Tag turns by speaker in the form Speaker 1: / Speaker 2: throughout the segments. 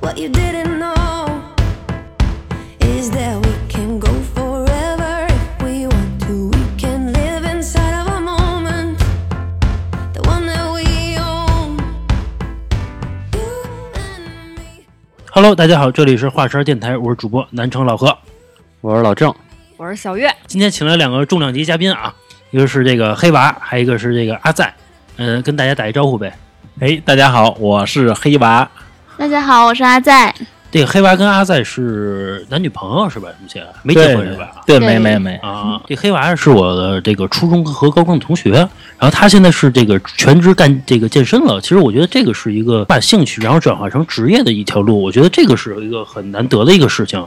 Speaker 1: what you didn't know is that we can go forever if we want to. We can live inside of a moment, the one that we own. You and me.
Speaker 2: Hello，大家好，这里是华山电台，我是主播南城老何。
Speaker 3: 我是老郑，
Speaker 4: 我是小月，
Speaker 2: 今天请来两个重量级嘉宾啊，一个是这个黑娃，还有一个是这个阿在。嗯、跟大家打一招呼呗。
Speaker 5: 哎，大家好，我是黑娃。
Speaker 6: 大家好，我是阿在。
Speaker 2: 这个黑娃跟阿在是男女朋友是吧？目前没
Speaker 5: 没
Speaker 2: 结婚是吧？
Speaker 5: 对，
Speaker 6: 对
Speaker 5: 没没没，
Speaker 2: 啊，这黑娃是我的这个初中和高中的同学，然后他现在是这个全职干这个健身了。其实我觉得这个是一个把兴趣然后转化成职业的一条路，我觉得这个是一个很难得的一个事情。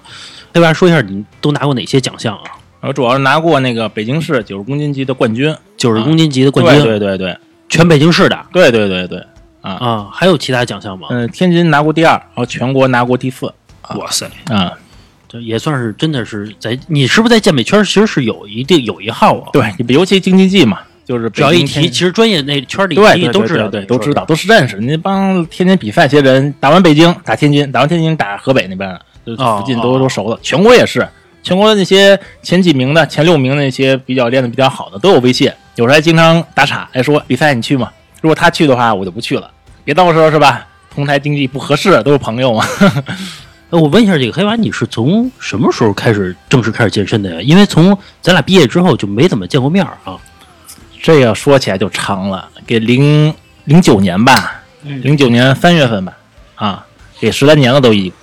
Speaker 2: 黑娃说一下你都拿过哪些奖项啊？
Speaker 5: 我主要是拿过那个北京市九十公斤级的冠军，
Speaker 2: 九十
Speaker 5: 啊
Speaker 2: 公斤级的冠军，
Speaker 5: 对对对对
Speaker 2: 全北京市的
Speaker 5: 对对对对。
Speaker 2: 啊，还有其他奖项吗？
Speaker 5: 嗯、天津拿过第二，然后全国拿过第四。
Speaker 2: 哇塞，
Speaker 5: 啊，
Speaker 2: 这也算是真的是在你是不是在健美圈儿其实是有一定有一号啊？，
Speaker 5: 对，尤其京津冀嘛，就是
Speaker 2: 只要
Speaker 5: 北
Speaker 2: 一
Speaker 5: 京
Speaker 2: 提，
Speaker 5: 天
Speaker 2: 其实专业那圈儿里
Speaker 5: 对对
Speaker 2: 一
Speaker 5: 对
Speaker 2: 都知道，
Speaker 5: 对对都知道，。都是认识。人家帮天津比赛些人打完北京打天津，打完天津打河北那边了，就
Speaker 2: 哦
Speaker 5: 附近
Speaker 2: 哦
Speaker 5: 都
Speaker 2: 哦
Speaker 5: 都熟了。全国也是，全国那些前几名的、前六名那些比较练的比较好的都有微信，有时候还经常打岔，还说比赛你去吗？如果他去的话，我就不去了，别到时候是吧？同台竞技不合适，都是朋友嘛。
Speaker 2: 呃，我问一下这个黑娃，你是从什么时候开始正式开始健身的呀？因为从咱俩毕业之后就没怎么见过面儿啊。
Speaker 5: 这个说起来就长了，给零零九年吧，零九年三月份吧，啊，给十来年了都已经。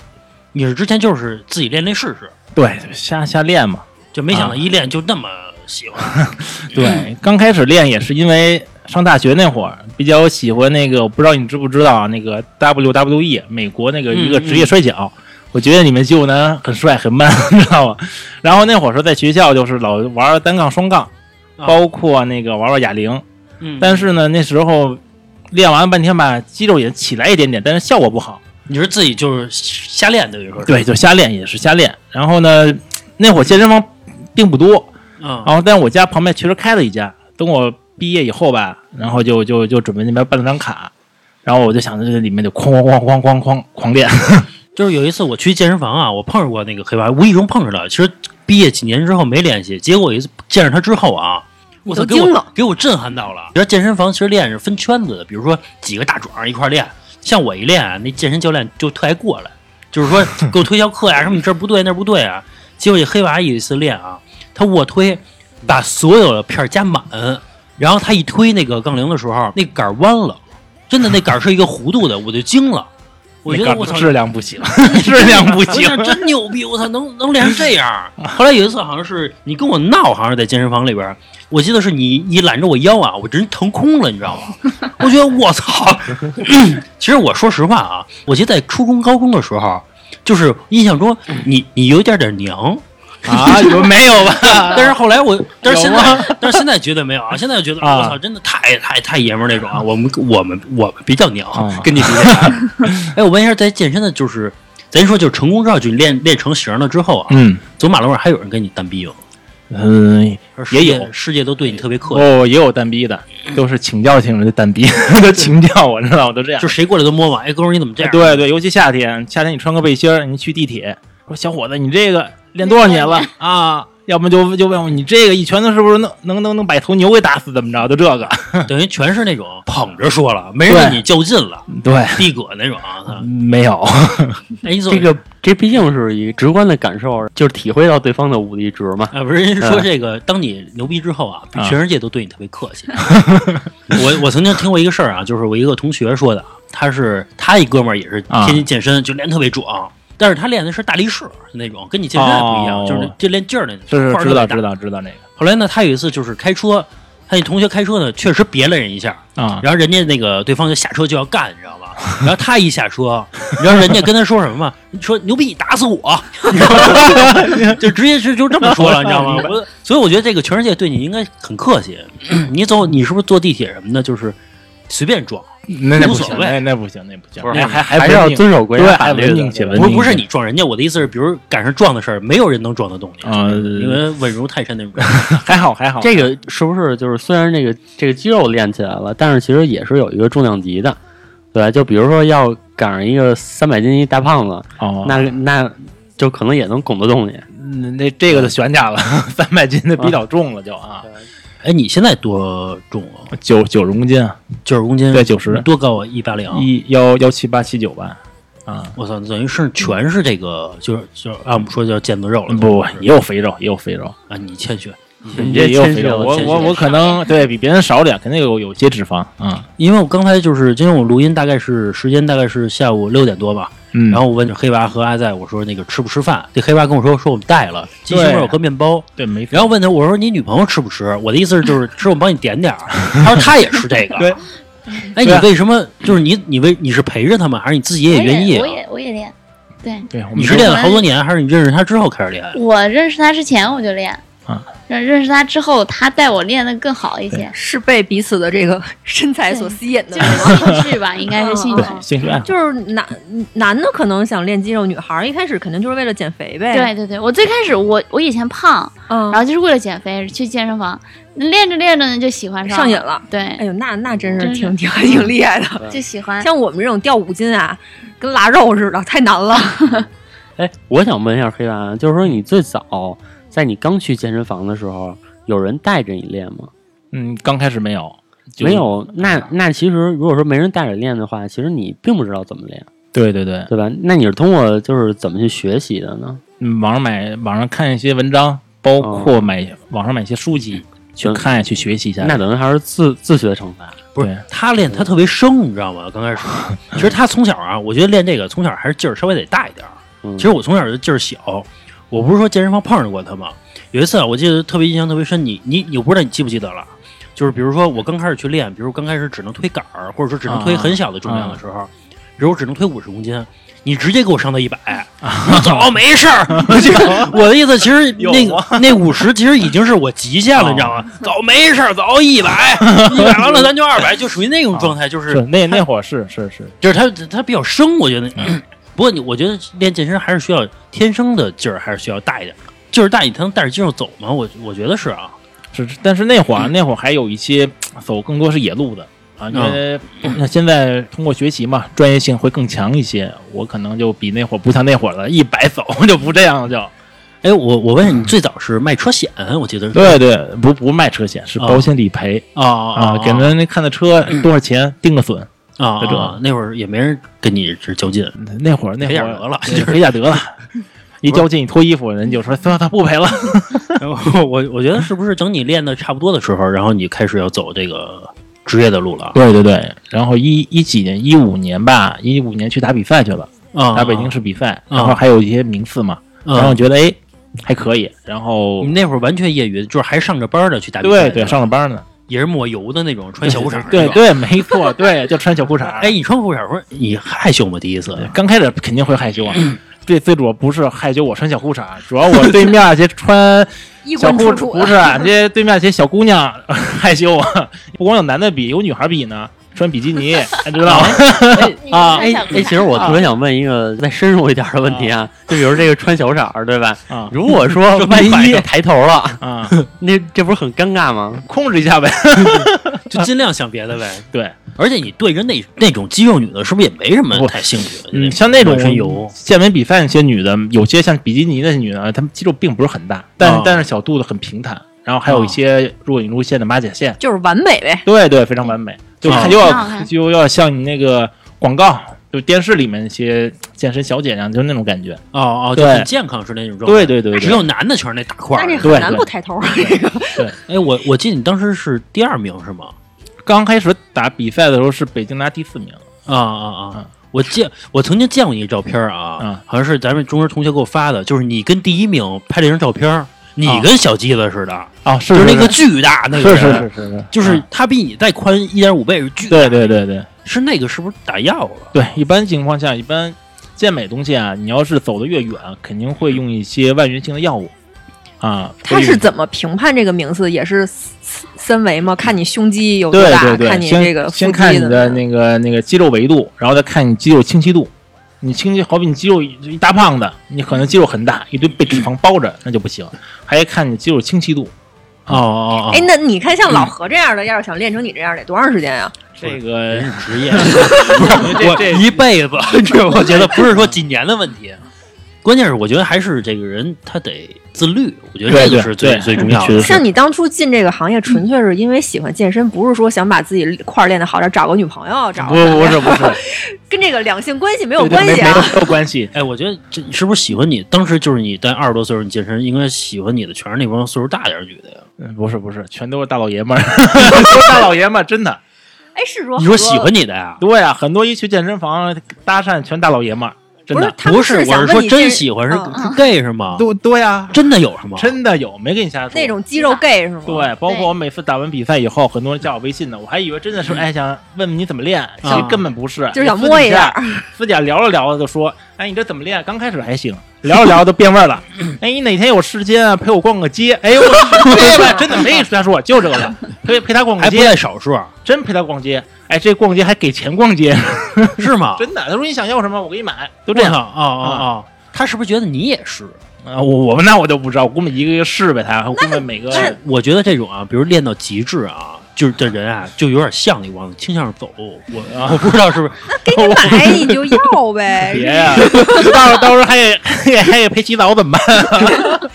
Speaker 2: 你是之前就是自己练练试试，
Speaker 5: 对，瞎瞎练嘛。
Speaker 2: 就没想到
Speaker 5: 啊
Speaker 2: 一练就那么喜欢。嗯
Speaker 5: 对，刚开始练也是因为上大学那会儿比较喜欢那个，我不知道你知不知道啊，那个 WWE 美国那个一个
Speaker 2: 嗯嗯
Speaker 5: 职业摔跤。我觉得你们就男很帅很 man，你 知道吗？然后那会儿是在学校，就是老玩单杠、双杠，
Speaker 2: 啊
Speaker 5: 包括那个玩玩哑铃。
Speaker 2: 嗯
Speaker 5: 但是呢，那时候练完半天吧，肌肉也起来一点点，但是效果不好。
Speaker 2: 你是自己就是瞎练的，等于说是
Speaker 5: 对，就瞎练也是瞎练。然后呢，那会儿健身房并不多，
Speaker 2: 啊
Speaker 5: 然后，但是我家旁边确实开了一家。等我毕业以后吧，然后就就就准备那边办了张卡，然后我就想着这里面就哐哐哐哐哐哐狂练。
Speaker 2: 就是有一次我去健身房啊，我碰着过那个黑娃，无意中碰着的。其实毕业几年之后没联系，结果一次见着他之后啊，我操，
Speaker 4: 都
Speaker 2: 给
Speaker 4: 惊
Speaker 2: 我
Speaker 4: 了
Speaker 2: 给我震撼到了。其实健身房其实练是分圈子的，比如说几个大壮一块儿练，像我一练啊，那健身教练就特爱过来，就是说给我推销课呀、什么你这儿不对那儿不对啊。结果这黑娃有一次练啊，他卧推把所有的片儿加满，然后他一推那个杠铃的时候，那杆儿弯了，真的那杆儿是一个弧度的，我就惊了。我觉
Speaker 5: 那
Speaker 2: 得
Speaker 5: 个
Speaker 2: 我操，
Speaker 5: 质量不行， 质量不
Speaker 2: 我
Speaker 5: 行。
Speaker 2: 想真牛逼！我操，能能练成这样。 后来有一次，好像是你跟我闹，好像是在健身房里边儿，我记得是你你揽着我腰啊，我人腾空了，你知道吗？ 我觉得我操！ 其实我说实话啊，我记得在初中、高中的时候，就是印象中你你有一点点娘。
Speaker 5: 啊，有没有吧？
Speaker 2: 但是后来我，但是现
Speaker 5: 有
Speaker 2: 在，但是现在绝对没有啊！现在觉得
Speaker 5: 啊
Speaker 2: 我操，真的太太太爷们儿那种啊！我们我们我们比较娘
Speaker 5: 啊，
Speaker 2: 跟你比起来。 哎，我问一下，在健身的，就是咱说，就是成功之后，就练练成型了之后啊，
Speaker 5: 嗯
Speaker 2: 走马路上还有人跟你单逼吗？
Speaker 5: 嗯，也
Speaker 2: 呃
Speaker 5: 有
Speaker 2: 世界世界都对你特别客气，
Speaker 5: 哦，也有单逼的，都是请教型的单逼， 都请教我，知道吗？都这样
Speaker 2: 就。谁过来都摸我，哎，哥们儿你怎么这样？
Speaker 5: 对对，尤其夏天，夏天你穿个背心儿，你去地铁，说小伙子，你这个练多少年了 啊？要不就就问我你这个一拳头是不是能能能能把头牛给打死？怎么着？就这个。
Speaker 2: 等于全是那种捧着说了，没人跟
Speaker 5: 对
Speaker 2: 你较劲了，
Speaker 5: 对，
Speaker 2: 递葛那种啊！他
Speaker 5: 没有。
Speaker 2: 哎，你怎
Speaker 3: 这
Speaker 2: 么
Speaker 3: 个这毕竟是一个直观的感受，就是体会到对方的武力值嘛。
Speaker 2: 啊，不是人家说
Speaker 3: 嗯
Speaker 2: 这个，当你牛逼之后啊，
Speaker 5: 啊
Speaker 2: 全世界都对你特别客 气。我我曾经听过一个事儿啊，就是我一个同学说的啊，他是他一哥们儿也是
Speaker 5: 啊
Speaker 2: 天天健身，就练特别壮，但是他练的是大力士那种，跟你健身还不一样，
Speaker 5: 哦
Speaker 2: 就是就练劲儿那种。
Speaker 5: 是是
Speaker 2: 块儿
Speaker 5: 知
Speaker 2: 特
Speaker 5: 道
Speaker 2: 别大
Speaker 5: 知。道知道那个
Speaker 2: 后来呢，他有一次就是开车，他那同学开车呢，确实别了人一下，
Speaker 5: 啊，
Speaker 2: 然后人家那个对方就下车就要干，你知道吧？然后他一下车，然后人家跟他说什么嘛？说牛逼，打死我！ 就直接是就这么说了，你知道吗？我所以我觉得这个全世界对你应该很客气。 你走，你是不是坐地铁什么的，就是随便撞？
Speaker 5: 那那
Speaker 2: 无
Speaker 5: 不
Speaker 2: 所
Speaker 5: 行，
Speaker 2: 谓
Speaker 5: 那那不行，那不行，
Speaker 3: 不是
Speaker 5: 那还
Speaker 3: 还
Speaker 5: 还
Speaker 3: 是要
Speaker 5: 文明
Speaker 3: 遵守国家
Speaker 5: 对
Speaker 3: 法
Speaker 5: 还
Speaker 3: 律
Speaker 5: 文
Speaker 3: 的
Speaker 5: 明且。文
Speaker 2: 不
Speaker 5: 明
Speaker 2: 是不是你撞人家，我的意思是，比如赶上撞的事儿，没有人能撞得动你，
Speaker 5: 啊，
Speaker 2: 因为稳如泰山那种。
Speaker 5: 还好还好。
Speaker 3: 这个是不是就是虽然这个这个肌肉练起来了，但是其实也是有一个重量级的。对，就比如说要赶上一个三百斤一大胖子，
Speaker 5: 哦，
Speaker 3: 那那就可能也能拱得动你。
Speaker 5: 那那这个就悬架了， 三百斤的比较重了就啊，
Speaker 2: 哎，你现在多重啊？
Speaker 5: 九九十公斤啊，
Speaker 2: 九十公斤？
Speaker 5: 对90
Speaker 2: 你多高啊？一八零。
Speaker 5: 一幺幺七八七九吧，啊，
Speaker 2: 我操，等于是全是这个，就是就是按我们说叫腱子肉了。
Speaker 5: 不不，也有肥肉，也有肥肉，
Speaker 2: 啊，你谦虚，
Speaker 3: 你
Speaker 5: 也
Speaker 3: 这
Speaker 5: 有
Speaker 3: 谦
Speaker 5: 肥
Speaker 3: 虚了
Speaker 5: 肉，我
Speaker 2: 谦虚
Speaker 5: 我
Speaker 2: 了
Speaker 5: 我可能对比别人少点，肯定有有些脂肪啊，
Speaker 2: 因为我刚才就是今天我录音大概是时间大概是下午六点多吧，
Speaker 5: 嗯，
Speaker 2: 然后我问黑娃和阿在，我说那个吃不吃饭？这黑娃跟我说说我们带了鸡胸
Speaker 5: 对
Speaker 2: 肉和面包，
Speaker 5: 对没，
Speaker 2: 然后问他我说你女朋友吃不吃？我的意思是就是吃我帮你点 点儿，他说他也吃这个。
Speaker 5: 对，
Speaker 2: 哎，你
Speaker 5: 对啊
Speaker 2: 为什么就是你你为你是陪着他们，还是你自己也愿意啊
Speaker 6: 我？也我也练。对
Speaker 5: 对，我们
Speaker 2: 你
Speaker 5: 就是
Speaker 2: 练了好多年，还是你认识他之后开始练？
Speaker 6: 我认识他之前我就练
Speaker 5: 啊，
Speaker 6: 认认识他之后，他带我练的更好一些，
Speaker 4: 是被彼此的这个身材所吸引的
Speaker 6: 就。是兴趣 吧，应该是兴趣。
Speaker 5: 对兴趣爱好，
Speaker 4: 就是男男的可能想练肌肉，女孩儿一开始肯定就是为了减肥呗。
Speaker 6: 对，对对，我最开始我我以前胖，
Speaker 4: 嗯
Speaker 6: 然，后就是为了减肥去健身房，练着练着呢就喜欢上
Speaker 4: 上瘾了。哎
Speaker 6: 对，
Speaker 4: 呦，那那真是嗯
Speaker 6: 真是
Speaker 4: 挺挺挺厉害的。
Speaker 6: 就喜欢。
Speaker 4: 像我们这种掉五斤啊，跟腊肉似的，太难 了。
Speaker 3: 哎，我想问一下黑兰，就是说你最早在你刚去健身房的时候，有人带着你练吗？
Speaker 5: 嗯，刚开始没有，就
Speaker 3: 没，有，那那其实如果说没人带着练的话，其实你并不知道怎么练，
Speaker 5: 对对对，
Speaker 3: 对吧？那你是通过就是怎么去学习的呢？
Speaker 5: 嗯，网上买网上看一些文章，包括买、网上买一些书籍去
Speaker 3: 哦嗯
Speaker 5: 看去学习一下，
Speaker 3: 那等于还是自自学成才。
Speaker 2: 不
Speaker 5: 对
Speaker 2: 是他练他特别生，你知道吗？刚开始，其实他从小啊，我觉得练这个从小还是劲儿稍微得大一点儿。
Speaker 3: 嗯、
Speaker 2: 其实我从小就劲儿小，我不是说健身房碰上过他吗？有一次啊我记得特别印象特别深，你你你我不知道你记不记得了？就是比如说我刚开始去练，比如刚开始只能推杆儿，或者说只能推
Speaker 5: 啊
Speaker 2: 很小的重量的时候，比如我只能推五十公斤，你直接给我上到一百、你走哦没事儿。我的意思其实
Speaker 5: 有
Speaker 2: 那个那五十其实已经是我极限了，你知道吗？走没事儿，走一百， 一百完了咱就二百，就属于那种状态，就是
Speaker 5: 是那那会儿是是是，
Speaker 2: 就是他他比较生，我觉得。 不过你我觉得练健身还是需要天生的劲儿，还是需要大一点的，劲儿大你才能带着肌肉走嘛。我我觉得是啊，
Speaker 5: 是，但是那会儿、那会儿还有一些走更多是野路的啊，
Speaker 3: 哦
Speaker 5: 因为那现在通过学习嘛，专业性会更强一些。我可能就比那会儿不像那会儿了，一百走就不这样了就。
Speaker 2: 哎，我我问你，最早是卖车险，我记得是
Speaker 5: 对对，不不卖车险，是
Speaker 2: 啊
Speaker 5: 保险理赔、
Speaker 2: 啊
Speaker 5: 啊，给
Speaker 2: 啊
Speaker 5: 人家看的车多少钱定个损。
Speaker 2: 啊
Speaker 5: 这种
Speaker 2: 啊那会儿也没人跟你这较 劲，
Speaker 5: 嗯那会儿那
Speaker 2: 赔
Speaker 5: 会
Speaker 2: 点
Speaker 5: 儿
Speaker 2: 儿得了，
Speaker 5: 对赔点儿得了， 一较劲一脱衣服，人就说算了，他不赔了。
Speaker 2: 我我觉得是不是等你练的差不多的时候，然后你开始要走这个职业的路了
Speaker 5: 对对对，然后一一几年一五年吧，一五年去打比赛去了，
Speaker 2: 啊？
Speaker 5: 打北京市比赛，
Speaker 2: 啊
Speaker 5: 然后还有一些名次嘛，
Speaker 2: 嗯，
Speaker 5: 然后觉得哎还可以，然后
Speaker 2: 你那会儿完全业余，就是还上着班儿的去打比赛
Speaker 5: 对
Speaker 2: 的，
Speaker 5: 对上着班呢，
Speaker 2: 也是抹油的那种，穿小裤衩儿，
Speaker 5: 对
Speaker 2: 是吧
Speaker 5: 对没错，对就穿 小裤衩儿，
Speaker 2: 哎，你穿裤衩儿，我说你害羞吗？第一次，
Speaker 5: 刚开始肯定会害羞啊。
Speaker 2: 嗯
Speaker 5: 最最主要不是害羞，我穿小裤衩儿，主要我对面儿这穿
Speaker 4: 衣
Speaker 5: 小
Speaker 4: 冠
Speaker 5: 裤
Speaker 4: 楚
Speaker 5: 衩
Speaker 4: 楚
Speaker 5: 不
Speaker 4: 的，
Speaker 5: 是啊这些对面这些小姑娘 害羞啊，不光有男的比，有女孩比呢，穿比基尼，知道吗？
Speaker 3: 啊，
Speaker 6: 你
Speaker 3: 哎
Speaker 6: 想不
Speaker 3: 哎，
Speaker 6: 想
Speaker 3: 其实我特别想问一个再深入一点的问题啊，就比如这个穿小衩儿，对吧？
Speaker 5: 啊
Speaker 3: 如果说万一抬头了，
Speaker 5: 啊，
Speaker 3: 那这不是很尴尬吗？
Speaker 5: 控制一下呗。
Speaker 2: 就尽量想别的呗。
Speaker 5: 对，
Speaker 2: 而且你对着那那种肌肉女的，是不是也没什么
Speaker 5: 不
Speaker 2: 太兴趣？
Speaker 5: 嗯，像那种嗯
Speaker 2: 身油
Speaker 5: 健美比赛那些女的，有些像比基尼的女的，她们肌肉并不是很大，但、
Speaker 2: 啊
Speaker 5: 但是小肚子很平坦，然后还有一些若隐若现的马甲线，
Speaker 4: 就是完美呗。
Speaker 5: 对对，非常完美，就
Speaker 2: 啊
Speaker 5: 看就
Speaker 6: 挺好
Speaker 5: 要
Speaker 6: 看
Speaker 5: 就要像你那个广告，就电视里面那些健身小姐一样，就是那种感觉。
Speaker 2: 哦哦，就
Speaker 5: 对
Speaker 2: 很健康是那种状态。
Speaker 5: 对对对对
Speaker 2: 只有男的全是那大块
Speaker 4: 那这
Speaker 2: 儿。
Speaker 4: 很
Speaker 5: 对
Speaker 4: 难
Speaker 5: 对
Speaker 4: 不抬头啊，这个
Speaker 2: 哎，我我记得你当时是第二名是吗？
Speaker 5: 刚开始打比赛的时候是北京拿第四名，
Speaker 2: 啊啊
Speaker 5: 嗯
Speaker 2: 啊！我见我曾经见过你照片啊，
Speaker 5: 嗯
Speaker 2: 好像是咱们中学同学给我发的，就是你跟第一名拍了一张照片，你
Speaker 5: 啊
Speaker 2: 跟小鸡子似的，
Speaker 5: 啊，是
Speaker 2: 就是
Speaker 5: 是
Speaker 2: 那个巨大那个
Speaker 5: 是
Speaker 2: 人，
Speaker 5: 是是是是，
Speaker 2: 就是
Speaker 5: 啊
Speaker 2: 他比你再宽一点五倍，是巨
Speaker 5: 对对对对
Speaker 2: 是那个是不是打药啊了？
Speaker 5: 对，一般情况下，一般健美东西啊，你要是走得越远，肯定会用一些外源性的药物啊。
Speaker 4: 他
Speaker 5: 会用
Speaker 4: 是怎么评判这个名次？也是三三维吗？看你胸肌有多
Speaker 5: 对
Speaker 4: 大，
Speaker 5: 对对，
Speaker 4: 啊看你
Speaker 5: 先
Speaker 4: 这个腹
Speaker 5: 先
Speaker 4: 肌
Speaker 5: 看你的
Speaker 4: 的
Speaker 5: 那个那个肌肉维度，然后再看你肌肉清晰度。你清晰，好比你肌肉一大胖子，你可能肌肉很大，一堆被脂肪包着，那就不行。还得看你肌肉清晰度。
Speaker 2: 哦哦哦！
Speaker 5: 嗯
Speaker 4: 哎，那你看像老何这样的，要是想练成你这样，得多长时间呀？
Speaker 5: 这个
Speaker 2: 人是职 业，
Speaker 5: 这
Speaker 2: 我
Speaker 5: 这
Speaker 2: 一 辈子，这我觉得不是说几年的问题，关键是我觉得还是这个人他得自律，我觉得
Speaker 5: 对
Speaker 2: 这个
Speaker 5: 对
Speaker 2: 是最
Speaker 5: 对
Speaker 2: 最重要
Speaker 5: 确
Speaker 2: 的
Speaker 5: 嗯实。是
Speaker 4: 像你当初进这个行业，纯粹是因为喜欢健身，不是说想把自己块儿练得好点，找个女朋友，找
Speaker 5: 不
Speaker 4: 个
Speaker 5: 不是不是
Speaker 4: 跟这个两性关系没
Speaker 5: 没
Speaker 4: 有关系啊。
Speaker 5: 没有关系。
Speaker 2: 哎，我觉得这你是不是喜欢你？当时就是你在二十多岁的时候你健身，应该喜欢你的全是那帮岁数大点儿女的呀。
Speaker 5: 嗯 不是不是，全都是大老爷们 儿，都是大老爷们儿，真的。
Speaker 4: 哎，是说
Speaker 2: 你说喜欢你的呀？
Speaker 5: 对啊，很多一去健身房搭讪全大老爷们儿，真
Speaker 4: 不是
Speaker 5: 的。
Speaker 4: 他
Speaker 2: 不
Speaker 4: 们
Speaker 2: 是，
Speaker 4: 是想
Speaker 2: 我是
Speaker 4: 问
Speaker 2: 说
Speaker 4: 你
Speaker 2: 真
Speaker 4: 这
Speaker 2: 喜欢是
Speaker 4: 嗯
Speaker 2: 是 gay 是吗？
Speaker 5: 对对啊呀，
Speaker 2: 真的有是吗？
Speaker 5: 真的有，没跟你瞎说。
Speaker 4: 那种肌肉 gay 是吗？
Speaker 5: 对，包括我每次打完比赛以后，很多人加我微信呢，我还以为真的是哎想问问你怎么练，其实
Speaker 2: 啊
Speaker 5: 根本不是，
Speaker 4: 嗯就是想摸一下。
Speaker 5: 私底下聊着聊着就说，哎，你这怎么练？刚开始还行，聊着聊着都变味儿 了。哎，你哪天有时间啊，陪我逛个街？哎呦，我对吧？真的没瞎说，就这个了，陪陪他逛个
Speaker 2: 还不
Speaker 5: 街，
Speaker 2: 在少数，
Speaker 5: 真陪他逛街。哎，这逛街还给钱逛 街，
Speaker 2: 是 吗？
Speaker 5: 真的。他说你想要什么，我给你买，
Speaker 2: 就
Speaker 5: 就这样
Speaker 2: 啊。啊啊！他是不是觉得你也是？
Speaker 5: 啊，我我们那我就不知道，我估摸一个一个试呗，他我估摸每个
Speaker 4: 那
Speaker 2: 我觉得这种啊，比如练到极致啊，就是这人啊，就有点向你往倾向走。我我不知道是不是，
Speaker 4: 给 你买你就要呗，
Speaker 5: 别呀、到时候到时候还得还得还得陪洗澡怎么办？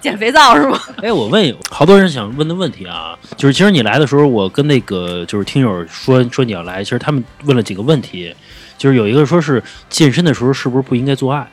Speaker 4: 减肥皂是吗？
Speaker 2: 哎，我问有好多人想问的问题啊，就是其实你来的时候，我跟那个就是听友说说你要来，其实他们问了几个问题，就是有一个说是健身的时候是不是不应该做爱，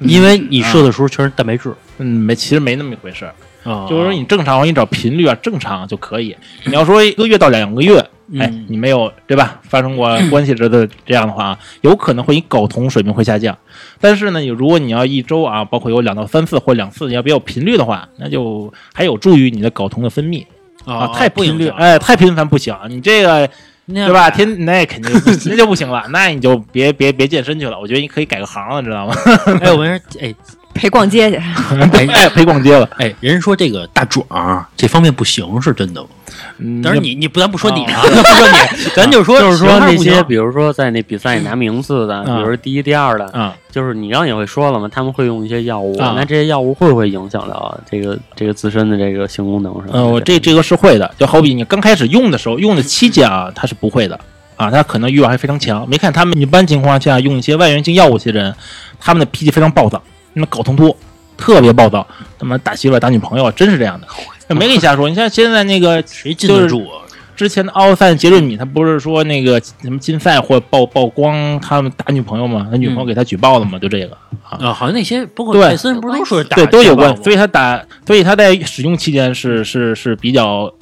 Speaker 2: 因为你
Speaker 5: 啊
Speaker 2: 射的时候全是蛋白质
Speaker 5: 嗯，没，其实没那么一回事儿，
Speaker 2: 啊，
Speaker 5: 就是说你正常，你找频率啊正常就可以。你要说一个月到两个月，哎
Speaker 2: 嗯，
Speaker 5: 你没有对吧？发生过关系之类的这样的话，啊有可能会你睾酮水平会下降。但是呢，你如果你要一周啊，包括有两到三次或两次，你要比较频率的话，那就还有助于你的睾酮的分泌啊。太
Speaker 2: 哦不
Speaker 5: 频
Speaker 2: 影
Speaker 5: 率，
Speaker 2: 响
Speaker 5: 哎，太频繁不行，你这个
Speaker 2: 那样
Speaker 5: 对吧？
Speaker 2: 啊
Speaker 5: 天，那肯定那 就不行了，那你就别别别健身去了。我觉得你可以改个行了，知道吗？
Speaker 2: 哎，我跟你说，哎
Speaker 4: 陪逛街去，
Speaker 5: 哎，陪逛街了。
Speaker 2: 哎，人家说这个大壮儿这方面不行，是真的吗？
Speaker 5: 嗯哦
Speaker 2: 但是你你不咱不说你啊， 不说你，咱就说
Speaker 3: 就是说
Speaker 2: 行还
Speaker 3: 那
Speaker 2: 是不行
Speaker 3: 些，比如说在那比赛里拿名次的，比如说第一、第二的，
Speaker 5: 啊，
Speaker 3: 就是你刚刚也会说了嘛，他们会用一些药物，
Speaker 5: 啊
Speaker 3: 那这些药物会不会影响到啊这个这个自身的这个性功能上？
Speaker 5: 嗯，我这这个是会的，就好比你刚开始用的时候，用的期间啊，它是不会的啊，它可能欲望还非常强。没看他们一般情况下用一些外源性药物些人，他们的脾气非常暴躁，那么搞通多，特别暴躁，他妈打媳妇儿打女朋友，真是这样的。 没跟你瞎说，你像现在那个
Speaker 2: 谁禁得住啊？
Speaker 5: 之前的奥赛杰瑞米，他不是说那个什么禁赛或曝曝光他们打女朋友吗？他女朋友给他举报了吗？就这个。
Speaker 2: 啊，好像那些包括
Speaker 5: 对
Speaker 2: 泰森不是都说打
Speaker 5: 对，都有
Speaker 2: 打
Speaker 5: 关
Speaker 2: 架，
Speaker 5: 所以他打，所以他在使用期间是是是比较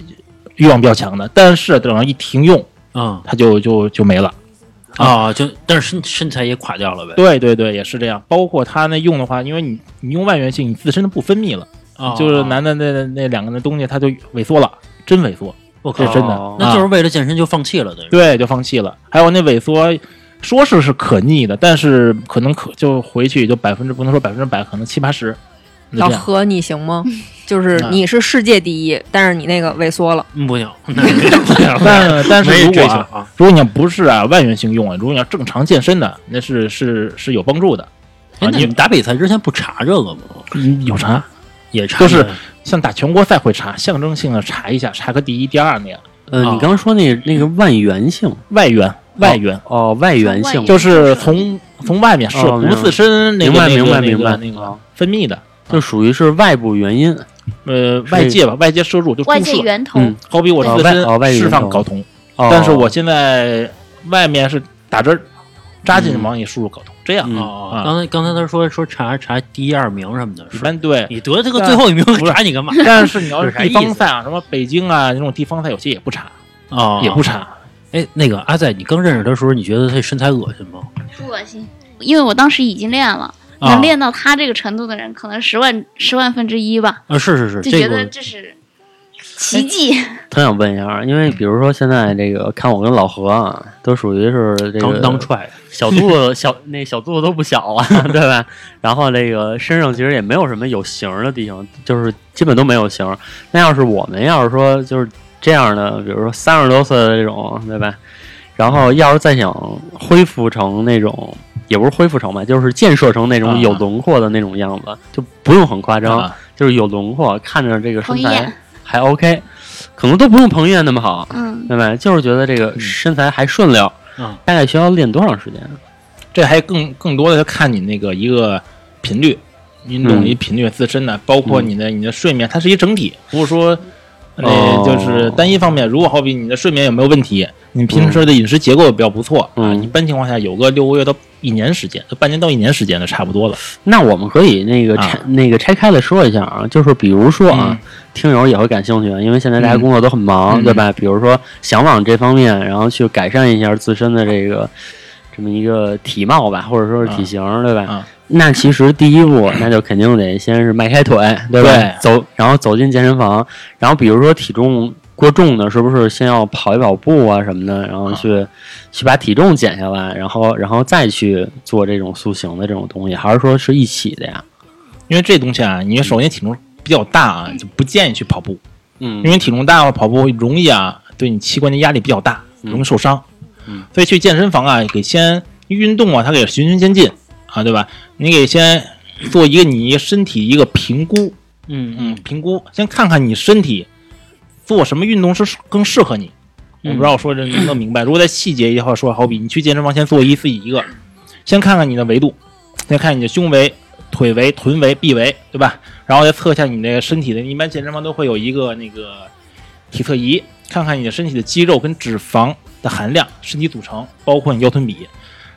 Speaker 5: 欲望比较强的，但是等到一停用，
Speaker 2: 嗯
Speaker 5: 他就就就没了。
Speaker 2: 啊，就但是身身材也垮掉了呗，
Speaker 5: 对对对，也是这样。包括他那用的话，因为你你用外源性，你自身的不分泌了，
Speaker 2: 啊
Speaker 5: 就是，男的那那那两个那东西，他就萎缩了，真萎缩，
Speaker 2: 我
Speaker 5: 这
Speaker 2: 靠
Speaker 5: 是，真的。啊
Speaker 3: 哦
Speaker 2: 那就是为了健身就放弃了，等于
Speaker 5: 对，就放弃了。还有那萎缩，说是是可逆的，但是可能可就回去也就百分之不能说百分之百，可能七八十。就
Speaker 4: 老
Speaker 5: 这样。啊
Speaker 4: 何你行吗？就是你是世界第一，但是你那个萎缩了，
Speaker 2: 嗯不 行，那不行
Speaker 5: 但但
Speaker 2: 没
Speaker 5: 是如
Speaker 2: 追
Speaker 5: 果
Speaker 2: 求
Speaker 5: 啊
Speaker 2: 啊，
Speaker 5: 如果你要不是啊外源性用啊，如果你要正常健身的，那是是是有帮助的。
Speaker 2: 哎
Speaker 5: 啊，
Speaker 2: 那你们打比赛之前不查这个吗？
Speaker 5: 嗯有啥？
Speaker 2: 也查
Speaker 5: 就是像打全国赛会查，象征性的查一下，查个第一、第二那样。
Speaker 3: 呃，
Speaker 2: 啊
Speaker 3: 你刚刚说那那个外源性
Speaker 5: 外援，外援、
Speaker 3: 哦，外源
Speaker 6: 外
Speaker 3: 性
Speaker 6: 源
Speaker 5: 就是从从外面射，
Speaker 3: 哦
Speaker 5: 不是自身那
Speaker 3: 明
Speaker 5: 个
Speaker 3: 白
Speaker 5: 那个
Speaker 3: 明白
Speaker 5: 那个
Speaker 3: 明白
Speaker 5: 那个
Speaker 3: 啊
Speaker 5: 分泌的，
Speaker 3: 就属于是外部原因，
Speaker 5: 呃，
Speaker 3: 是
Speaker 5: 外界吧，外界摄入就
Speaker 6: 外
Speaker 5: 注
Speaker 6: 界
Speaker 5: 射。
Speaker 6: 源头，
Speaker 3: 嗯
Speaker 5: 好比我
Speaker 3: 哦
Speaker 5: 自
Speaker 3: 外
Speaker 5: 身
Speaker 3: 哦外源
Speaker 5: 释放
Speaker 3: 头
Speaker 5: 睾酮，
Speaker 3: 哦
Speaker 5: 但是我现在外面是打针儿扎进去往里输入睾酮，这样
Speaker 3: 嗯
Speaker 2: 哦，
Speaker 5: 啊
Speaker 2: 刚才刚才他说说查查第一二名什么的，
Speaker 5: 一
Speaker 2: 是
Speaker 5: 般 对。啊
Speaker 2: 你得这个最后一名
Speaker 5: 不是
Speaker 2: 查你干嘛？
Speaker 5: 但是你要
Speaker 2: 有
Speaker 5: 是
Speaker 2: 啥
Speaker 5: 地
Speaker 2: 意
Speaker 5: 方
Speaker 2: 思
Speaker 5: 赛啊，什么北京啊那种地方赛，有些也不查，
Speaker 3: 哦
Speaker 2: 啊
Speaker 5: 也不查。
Speaker 2: 哎，那个阿仔，你刚认识他的时候，你觉得他身材恶心吗？
Speaker 6: 不恶心，因为我当时已经练了，
Speaker 2: 啊
Speaker 6: 能练到他这个程度的人，可能十万十万分之一吧，
Speaker 2: 啊，是是是，
Speaker 6: 就
Speaker 2: 这
Speaker 6: 觉得
Speaker 2: 个
Speaker 6: 这是奇迹。
Speaker 3: 特想问一下，因为比如说现在这个，看我跟老何啊，都属于是这
Speaker 2: 刚
Speaker 3: 个
Speaker 2: 当踹，
Speaker 3: 小肚子小那小肚子都不小啊， 对吧？然后这个身上其实也没有什么有型儿的地方，就是基本都没有型儿。那要是我们要是说就是这样的，比如说三十多岁的这种，对吧？然后要是再想恢复成那种，也不是恢复成吧，就是建设成那
Speaker 5: 啊
Speaker 3: 种有轮廓的那种样子，就不用很夸张，
Speaker 5: 啊
Speaker 3: 就是有轮廓，看着这个身
Speaker 6: 彭于
Speaker 3: 材
Speaker 6: 晏
Speaker 3: 还 OK。可能都不用彭于晏那么好，
Speaker 6: 嗯，
Speaker 3: 对吧？就是觉得这
Speaker 5: 嗯
Speaker 3: 个身材还顺溜。
Speaker 2: 嗯
Speaker 3: 大概需要练多长时间？
Speaker 5: 这还更更多的要看你那个一个频率，运动
Speaker 3: 嗯
Speaker 5: 一频率自身的，包括
Speaker 3: 嗯
Speaker 5: 你的你的睡眠，它是一整体，不是说那、
Speaker 3: 哦
Speaker 5: 就是单一方面。如果好比你的睡眠有没有问题，你平时的饮食结构也比较不错、啊，
Speaker 3: 嗯
Speaker 5: 一般情况下有个六个月到一年时间，半年到一年时间的差不多了。
Speaker 3: 那我们可以那个
Speaker 5: 啊
Speaker 3: 拆、那个拆开了说一下啊，就是比如说啊，
Speaker 5: 嗯
Speaker 3: 听友也会感兴趣，因为现在大家
Speaker 5: 嗯
Speaker 3: 工作都很忙，
Speaker 5: 嗯
Speaker 3: 对吧？比如说想往这方面，然后去改善一下自身的这个这么一个体貌吧，或者说是体型，对吧？
Speaker 5: 啊
Speaker 3: 那其实第一步，那就肯定得先是迈开腿，对吧？
Speaker 5: 对
Speaker 3: 走，然后走进健身房，然后比如说体重过重的，是不是先要跑一跑步啊什么的，然后去、去把体重减下来，然后然后再去做这种塑形的这种东西，还是说是一起的呀？
Speaker 5: 因为这东西啊，你首先体重比较大啊，就不建议去跑步，
Speaker 3: 嗯
Speaker 5: 因为体重大的话跑步容易啊对你器官的压力比较大，容易受伤。
Speaker 2: 嗯，
Speaker 5: 所以去健身房啊，给先运动啊，它给循序渐进啊，对吧？你给先做一个你身体一个评估，
Speaker 2: 嗯
Speaker 5: 嗯，评估先看看你身体做什么运动是更适合你。
Speaker 2: 嗯
Speaker 5: 我不知道我说这能不能明白。如果再细节一块说，好比你去健身房先做一次一个，先看看你的维度，先看你的胸围、腿围、臀围、臂围，对吧？然后再测一下你的身体的。一般健身房都会有一个那个体测仪，看看你的身体的肌肉跟脂肪的含量、身体组成，包括你腰臀比，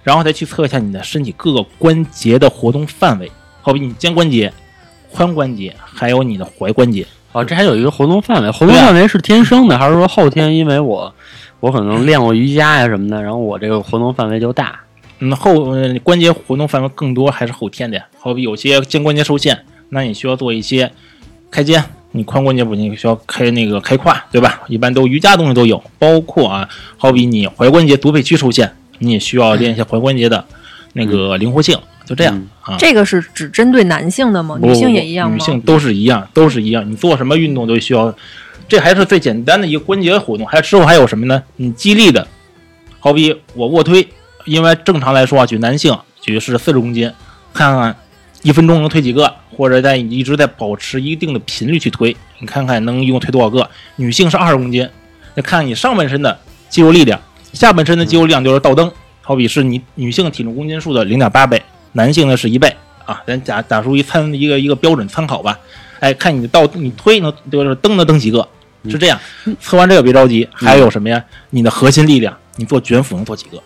Speaker 5: 然后再去测一下你的身体各个关节的活动范围，好比你肩关节、髋关节，还有你的踝关节。
Speaker 3: 哦，这还有一个活动范围，活动范围是天生的，还是说后天因为我我可能练过瑜伽呀什么的，然后我这个活动范围就大？
Speaker 5: 嗯，后呃关节活动范围更多还是后天的呀，好比有些肩关节受限，那你需要做一些开肩，你髋关节不行，需要开那个开胯，对吧？一般都瑜伽东西都有，包括啊，好比你踝关节足背屈受限，你也需要练一下踝关节的那个灵活性，就这样、
Speaker 3: 嗯
Speaker 5: 啊。
Speaker 4: 这个是只针对男性的吗？
Speaker 5: 不
Speaker 4: 女性
Speaker 5: 不
Speaker 4: 也一样吗
Speaker 5: 女？性都是一样，都是一样。你做什么运动都需要，这还是最简单的一个关节活动。还之后还有什么呢？你肌力的，好比我卧推，因为正常来说啊，举男性举是四十公斤，看看一分钟能推几个，或者在一直在保持一定的频率去推，你看看能一共推多少个。女性是二十公斤，那看你上半身的肌肉力量，下半身的肌肉力量就是倒蹬，好比是你女性体重公斤数的零点八倍，男性呢是一倍啊。咱打打出一参一个一个标准参考吧。哎，看你倒你推能就是蹬能蹬几个，
Speaker 3: 嗯
Speaker 5: 是这样。测完这个别着急，还有什么呀？你的核心力量，你做卷腹能做几个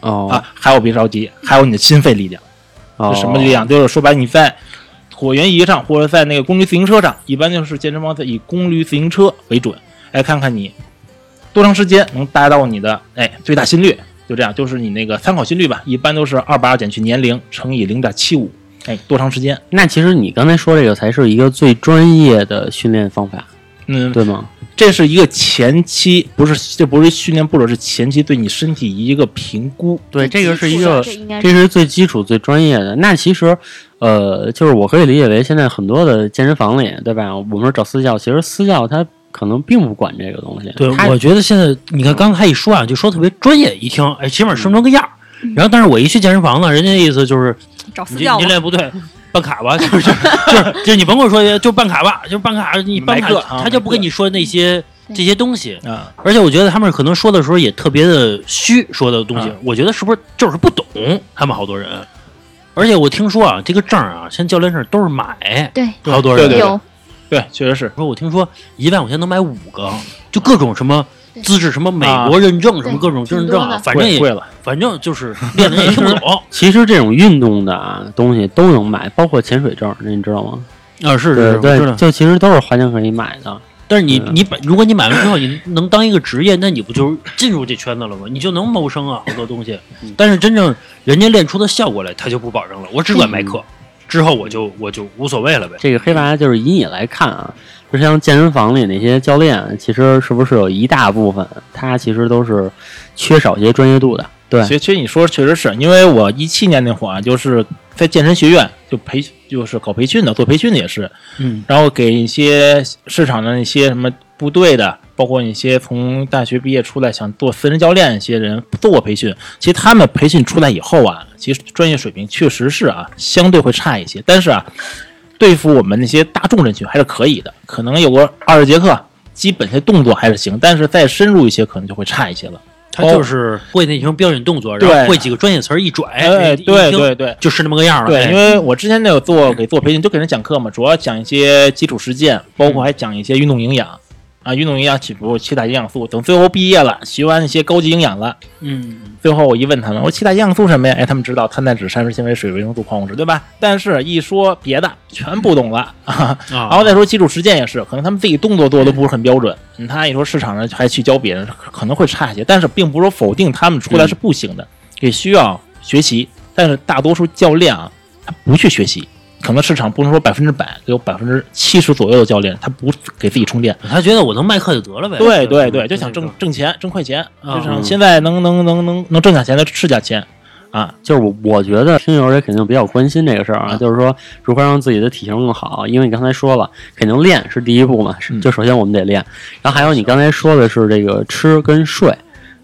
Speaker 3: 哦
Speaker 5: 啊？还有别着急，还有你的心肺力量。
Speaker 3: 哦
Speaker 5: 是什么力量？就是说白，你在椭圆仪上或者在那个功率自行车上，一般就是健身房在以功率自行车为准，来看看你多长时间能达到你的哎最大心率，就这样，就是你那个参考心率吧，一般都是二八减去年龄乘以零点七五，哎，多长时间？
Speaker 3: 那其实你刚才说这个才是一个最专业的训练方法，
Speaker 5: 嗯，
Speaker 3: 对吗？
Speaker 5: 这是一个前期，不是这不是训练步骤，是前期对你身体一个评估。
Speaker 3: 对，这个是一
Speaker 6: 基础的
Speaker 3: 个，
Speaker 6: 这应该
Speaker 3: 这是最基础、最专业的。那其实，呃，就是我可以理解为，现在很多的健身房里，对吧？我们说找私教，其实私教他可能并不管这个东西。
Speaker 2: 对，
Speaker 3: 他
Speaker 2: 我觉得现在你看刚才一说啊，就说特别专业，一听哎，起码说成个样儿。
Speaker 6: 嗯
Speaker 2: 然后，但是我一去健身房呢，人家意思就是
Speaker 4: 找私
Speaker 2: 你这
Speaker 4: 教
Speaker 2: 你
Speaker 4: 吗
Speaker 2: 这？练不对，办卡吧，就是就是就是你甭跟我说，就办卡吧，就办卡，你办卡
Speaker 5: 买课啊
Speaker 2: 他就不跟你说那些
Speaker 6: 对
Speaker 2: 这些东西。
Speaker 5: 啊，
Speaker 2: 而且我觉得他们可能说的时候也特别的虚，说的东西，
Speaker 5: 嗯
Speaker 2: 我觉得是不是就是不懂？他们好多人，而且我听说啊，这个证儿啊，现在教练证儿都是买，
Speaker 6: 对
Speaker 2: 好多人
Speaker 5: 对对
Speaker 6: 有
Speaker 5: 对，确实是。
Speaker 2: 说我听说一万块钱能买五个，就各种什么
Speaker 6: 对
Speaker 2: 资质，什么美国认证，什么
Speaker 6: 对
Speaker 2: 各种认
Speaker 6: 挺
Speaker 2: 证
Speaker 6: 多
Speaker 2: 啊，
Speaker 6: 的
Speaker 2: 反正
Speaker 5: 贵
Speaker 2: 也
Speaker 5: 了，
Speaker 2: 反正就是练的人也听不懂
Speaker 3: 其实这种运动的啊东西都能买，包括潜水证，那你知道吗？
Speaker 2: 啊，是
Speaker 3: 对
Speaker 2: 是，我知
Speaker 3: 对，
Speaker 2: 道。
Speaker 3: 就其实都是花钱可以买的。
Speaker 2: 但是你
Speaker 3: 对
Speaker 5: 嗯
Speaker 2: 你把如果你买完之后，你能当一个职业，那你不就是进入这圈子了吗？你就能谋生啊，好多东西。
Speaker 5: 嗯
Speaker 2: 但是真正人家练出的效果来，他就不保证了。我只
Speaker 6: 嗯
Speaker 2: 管卖课，之后我就我就无所谓了呗。
Speaker 3: 这个黑
Speaker 6: 嗯
Speaker 3: 娃就是以你来看啊，就像健身房里那些教练，其实是不是有一大部分他其实都是缺少一些专业度的？对，
Speaker 5: 其实，其实你说确实是因为我一七年那会儿啊，就是在健身学院就培，就是搞培训的，做培训的也是，
Speaker 2: 嗯，
Speaker 5: 然后给一些市场的那些什么部队的，包括一些从大学毕业出来想做私人教练一些人做过培训，其实他们培训出来以后啊，其实专业水平确实是啊相对会差一些，但是啊，对付我们那些大众人群还是可以的，可能有个二十节课。基本些动作还是行，但是再深入一些可能就会差一些了。
Speaker 2: 他就是会那种标准动作，
Speaker 5: 对
Speaker 2: 然后会几个专业词儿一拽，
Speaker 5: 哎，
Speaker 2: 一
Speaker 5: 对
Speaker 2: 一听
Speaker 5: 对对
Speaker 2: 就是那么个样儿了。
Speaker 5: 对，
Speaker 2: 哎
Speaker 5: 因为我之前那有做给做培训，就给人讲课嘛，主要讲一些基础实践，包括还讲一些运动营养啊，运动营养起步、七大营养素等。最后毕业了，学完一些高级营养了，
Speaker 2: 嗯，
Speaker 5: 最后我一问他们，我说七大营养素什么呀？哎，他们知道碳、氮、脂、膳食纤维、水、维生素、矿物质，对吧？但是一说别的，全不懂了啊。
Speaker 2: 然
Speaker 5: 然后再说基础实践也是，可能他们自己动作做的不是很标准，嗯他一说市场上还去教别人，可可能会差一些。但是并不是说否定他们出来是不行的，也需要学习。但是大多数教练啊，他不去学习，可能市场不能说百分之百，有百分之七十左右的教练他不给自己充电。
Speaker 2: 他觉得我能卖课就得了呗。
Speaker 5: 对对
Speaker 2: 是
Speaker 5: 对，就想挣。挣钱，挣快钱，
Speaker 2: 啊
Speaker 5: 就想现在能能能能能挣点钱的是点钱啊，
Speaker 3: 就是我我觉得听友也肯定比较关心这个事儿啊，
Speaker 5: 嗯
Speaker 3: 就是说如何让自己的体型更好，因为你刚才说了，肯定练是第一步嘛，是
Speaker 5: 嗯
Speaker 3: 就首先我们得练，然后还有你刚才说的是这个吃跟睡，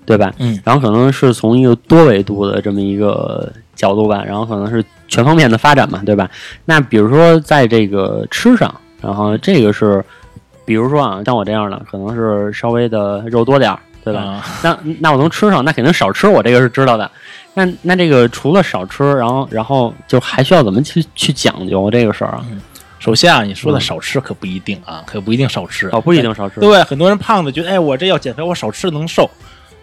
Speaker 3: 对吧？
Speaker 5: 嗯，
Speaker 3: 然后可能是从一个多维度的这么一个角度吧，然后可能是全方面的发展嘛，对吧？那比如说在这个吃上，然后这个是，比如说啊，像我这样的，可能是稍微的肉多点儿，对吧？
Speaker 5: 啊
Speaker 3: 那那我能吃上，那肯定少吃，我这个是知道的。那那这个除了少吃，然后然后就还需要怎么去去讲究这个事儿啊？
Speaker 5: 首先啊，你说的少吃可不一定啊，可不一定少吃，
Speaker 3: 哦，不一定少吃。
Speaker 5: 对，很多人胖子觉得，哎，我这要减肥，我少吃能瘦。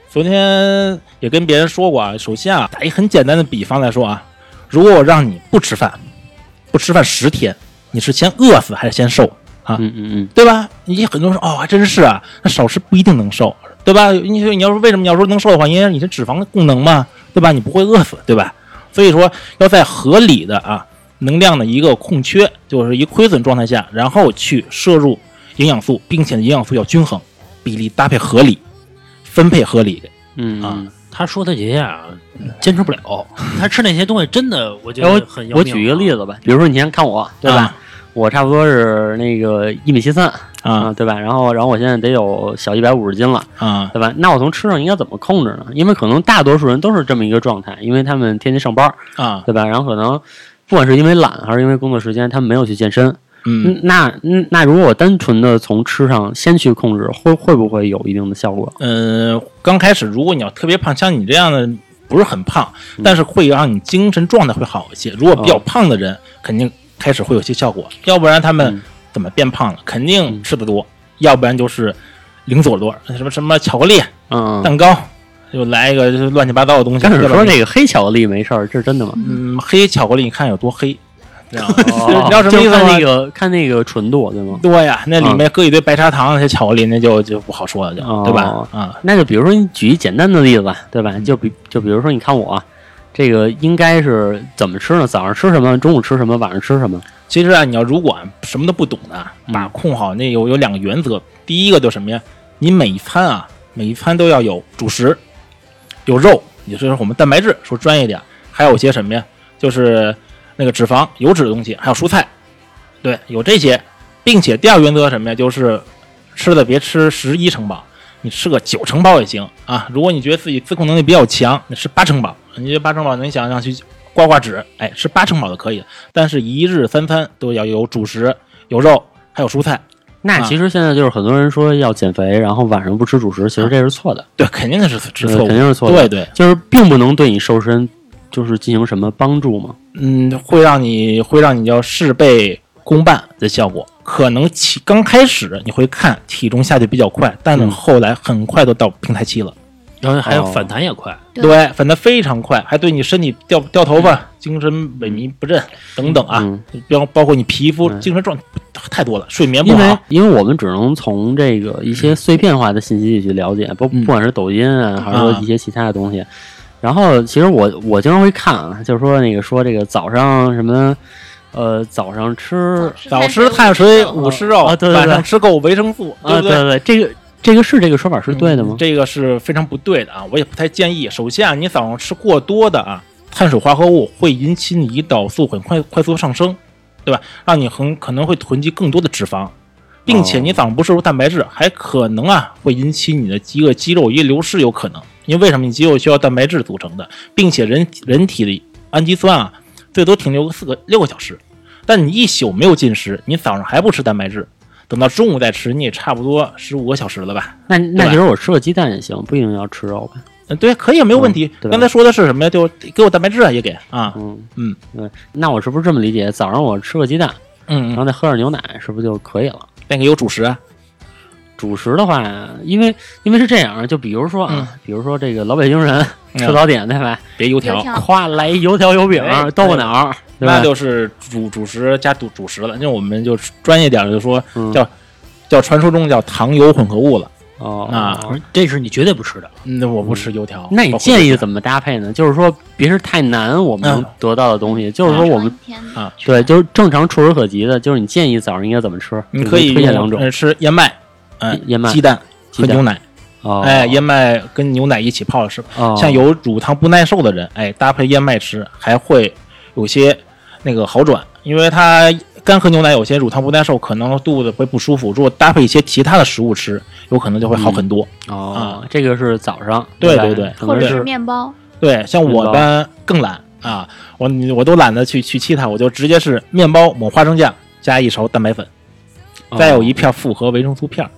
Speaker 5: 昨天也跟别人说过啊，首先啊，打一很简单的比方来说啊，如果我让你不吃饭，不吃饭十天，你是先饿死还是先瘦啊？
Speaker 3: 嗯嗯嗯，
Speaker 5: 对吧？你很多人说哦，还真是啊，那少吃不一定能瘦，对吧？你说你要说为什么你要说能瘦的话，因为你是脂肪的供能嘛，对吧？你不会饿死，对吧？所以说要在合理的啊能量的一个空缺，就是一亏损状态下，然后去摄入营养素，并且营养素要均衡，比例搭配合理，分配合理。
Speaker 3: 嗯
Speaker 5: 啊
Speaker 3: 嗯
Speaker 2: 他说他爷爷啊，坚持不了，他吃那些东西真的，我觉
Speaker 3: 哎
Speaker 2: 得很要命啊。
Speaker 3: 我举一个例子吧，比如说你先看我，对吧？
Speaker 5: 啊
Speaker 3: 我差不多是那个一米七三
Speaker 5: 啊
Speaker 3: 对吧？然后然后我现在得有小一百五十斤了，
Speaker 5: 啊
Speaker 3: 对吧？那我从吃上应该怎么控制呢？因为可能大多数人都是这么一个状态，因为他们天天上班，
Speaker 5: 啊！
Speaker 3: 对吧？然后可能不管是因为懒还是因为工作时间，他们没有去健身，
Speaker 5: 嗯
Speaker 3: 嗯，那嗯那如果我单纯的从吃上先去控制，会会不会有一定的效果？
Speaker 5: 呃，刚开始如果你要特别胖，像你这样的不是很胖，
Speaker 3: 嗯
Speaker 5: 但是会让你精神状态会好一些。如果比较胖的人，肯定开始会有些效果，要不然他们
Speaker 3: 嗯
Speaker 5: 怎么变胖了？肯定吃的多，要不然就是零左多，什么什么巧克力、
Speaker 3: 嗯，
Speaker 5: 蛋糕，就来一个就是乱七八糟的东西。
Speaker 3: 刚开始
Speaker 5: 对吧
Speaker 3: 说这个黑巧克力没事儿，这是真的吗？
Speaker 5: 嗯，黑巧克力，你看有多黑？知道吗
Speaker 3: 哦
Speaker 5: 你知道什么意思
Speaker 3: 就看
Speaker 5: 吗
Speaker 3: 那？个看那个纯度，对吗？
Speaker 5: 多呀，那里
Speaker 3: 啊
Speaker 5: 面搁一堆白砂糖，那些巧克力那就就不好说了，就对吧
Speaker 3: 哦？
Speaker 5: 啊，
Speaker 3: 那就比如说你举一简单的例子，对吧？就比就比如说你看我。啊这个应该是怎么吃呢？早上吃什么？中午吃什么？晚上吃什么？
Speaker 5: 其实啊，你要如果什么都不懂的啊，
Speaker 3: 嗯
Speaker 5: 把控好那有有两个原则，第一个就是什么呀？你每一餐啊，每一餐都要有主食，有肉，也就是我们蛋白质，说专业点，还有一些什么呀？就是那个脂肪、油脂的东西，还有蔬菜，对，有这些，并且第二个原则是什么呀？就是吃的别吃十一成饱，你吃个九成饱也行啊。如果你觉得自己自控能力比较强，你吃八成饱，你这八成饱，你想想去刮刮脂，哎，吃八成饱就可以了。但是，一日三餐都要有主食、有肉，还有蔬菜。
Speaker 3: 那
Speaker 5: 啊
Speaker 3: 其实现在就是很多人说要减肥，然后晚上不吃主食，其实这是错的，
Speaker 5: 对，肯定是是错
Speaker 3: 呃
Speaker 5: 误
Speaker 3: 肯，定是错的。
Speaker 5: 对对，
Speaker 3: 就是并不能对你瘦身就是进行什么帮助嘛。
Speaker 5: 嗯，会让你会让你叫事倍功半的效果。可能起刚开始你会看体重下去比较快，但是
Speaker 3: 嗯
Speaker 5: 后来很快都到平台期了。
Speaker 2: 然后还有
Speaker 3: 哦
Speaker 2: 反弹也快，
Speaker 6: 对
Speaker 5: 对，反弹非常快，还对你身体掉掉头发、精神萎靡不振等等啊，
Speaker 3: 嗯
Speaker 5: 包、包括你皮肤、
Speaker 3: 嗯
Speaker 5: 精神状态太多了，睡眠不
Speaker 3: 因为
Speaker 5: 好，
Speaker 3: 因为我们只能从这个一些碎片化的信息里去了解，不
Speaker 5: 嗯啊
Speaker 3: 不管是抖音啊，还是说一些其他的东西。然后其实我我经常会看啊，就是说那个说这个早上什么，呃，早上吃
Speaker 5: 早吃碳水
Speaker 6: 五
Speaker 5: 五吃肉，
Speaker 3: 啊对对对
Speaker 5: 晚上吃够维生素，
Speaker 3: 啊，
Speaker 5: 不
Speaker 3: 对对，这个这个是这个说法是对的吗？
Speaker 5: 嗯这个是非常不对的啊，我也不太建议。首先啊，你早上吃过多的啊碳水化合物，会引起你胰岛素很快快速上升，对吧？让你很可能会囤积更多的脂肪，并且
Speaker 3: 哦
Speaker 5: 你早上不摄入蛋白质，还可能啊会引起你的饥饿肌肉一流失，有可能。因为为什么你肌肉需要蛋白质组成的，并且人人体的氨基酸啊最多停留四个六个小时，但你一宿没有进食，你早上还不吃蛋白质，等到中午再吃，你也差不多十五个小时了吧？
Speaker 3: 那那
Speaker 5: 对吧
Speaker 3: 其实我吃个鸡蛋也行，不一定要吃肉吧。
Speaker 5: 嗯，对，可以，没有问题
Speaker 3: 嗯。对吧
Speaker 5: 刚才说的是什么呀？就给我蛋白质啊，也给啊，
Speaker 3: 嗯
Speaker 5: 嗯，
Speaker 3: 对。那我是不是这么理解？早上我吃个鸡蛋，
Speaker 5: 嗯
Speaker 3: 然后再喝点牛奶，是不是就可以了？
Speaker 5: 那个有主食啊，
Speaker 3: 主食的话，因为因为是这样，就比如说啊，比如说这个老北京人
Speaker 5: 嗯
Speaker 3: 吃早点对吧？
Speaker 5: 别油
Speaker 6: 油
Speaker 5: 条
Speaker 6: 条，
Speaker 3: 夸来一油条油饼
Speaker 5: 哎、
Speaker 3: 豆腐脑，对吧
Speaker 5: 那就是主主食加主主食了。那我们就专业点儿就说
Speaker 3: 嗯
Speaker 5: 叫叫传说中叫糖油混合物了。
Speaker 3: 哦
Speaker 5: 啊
Speaker 3: 哦
Speaker 2: 这是你绝对不吃的。
Speaker 5: 嗯那我不吃油条，
Speaker 3: 那你
Speaker 5: 包括
Speaker 3: 建议怎么搭配呢？就是说，别是太难我们能
Speaker 5: 嗯
Speaker 3: 得到的 东西，就是说我们
Speaker 5: 啊
Speaker 3: 对，就是正常触手可及的，就是你建议早上应该怎么吃？
Speaker 5: 你
Speaker 3: 就
Speaker 5: 可以
Speaker 3: 推荐
Speaker 5: 用
Speaker 3: 两种
Speaker 5: 呃吃燕麦，嗯，
Speaker 3: 燕麦
Speaker 5: 鸡蛋
Speaker 3: 鸡
Speaker 5: 和
Speaker 3: 蛋
Speaker 5: 牛奶，
Speaker 3: 哦，
Speaker 5: 哎，燕麦跟牛奶一起泡着吃。
Speaker 3: 哦
Speaker 5: 像有乳糖不耐受的人，哎，搭配燕麦吃还会有些那个好转，因为它干喝牛奶有些乳糖不耐受，可能肚子会不舒服。如果搭配一些其他的食物吃，有可能就会
Speaker 3: 嗯
Speaker 5: 好很多。
Speaker 3: 哦，这个是早上，
Speaker 5: 嗯对
Speaker 3: 吧
Speaker 5: 对对
Speaker 3: 可
Speaker 6: 或
Speaker 3: 能
Speaker 6: 者是
Speaker 3: 是
Speaker 6: 面包，
Speaker 5: 对，像我吧更懒啊，我我都懒得去去沏它，我就直接是面包抹花生酱，加一勺蛋白粉，再有一片复合维生素片儿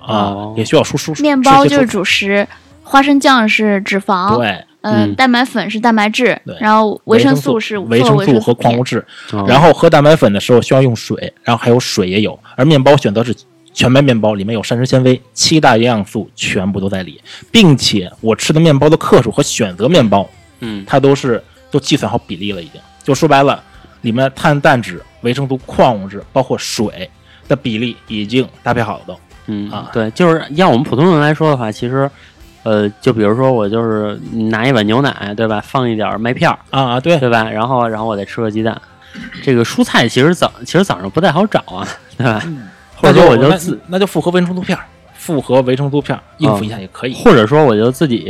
Speaker 5: 啊
Speaker 3: 哦，
Speaker 5: 也需要输输
Speaker 6: 面包
Speaker 5: 吃些
Speaker 6: 就是
Speaker 5: 蔬
Speaker 6: 主食，花生酱是脂肪，
Speaker 5: 对
Speaker 6: 嗯，
Speaker 3: 嗯
Speaker 6: 蛋白粉是蛋白质
Speaker 5: 对，
Speaker 6: 然后维生素是
Speaker 5: 维
Speaker 6: 做
Speaker 5: 生
Speaker 6: 维生
Speaker 5: 素
Speaker 6: 素
Speaker 5: 和矿物
Speaker 6: 片
Speaker 5: 质，
Speaker 3: 哦
Speaker 5: 然后喝蛋白粉的时候需要用水，然后还有水也有，而面包选择是全麦面包，里面有膳食纤维，七大营养素全部都在里，并且我吃的面包的克数和选择面包，
Speaker 3: 嗯
Speaker 5: 它都是都计算好比例了，已经就说白了，里面碳、蛋、脂、维生素、矿物质，包括水的比例已经搭配好了都。
Speaker 3: 嗯
Speaker 5: 啊
Speaker 3: 对，就是要我们普通人来说的话，其实呃，就比如说我就是拿一碗牛奶，对吧？放一点儿麦片儿，
Speaker 5: 啊啊，对，
Speaker 3: 对吧？然后然后我再吃个鸡蛋。这个蔬菜其实早其实早上不太好找啊，对吧？
Speaker 5: 嗯或者
Speaker 3: 那就我
Speaker 5: 我
Speaker 3: 就
Speaker 5: 那
Speaker 3: 自
Speaker 5: 那就复合维生素片儿，复合维生素片儿应付一下也可以，
Speaker 3: 或者说我就自己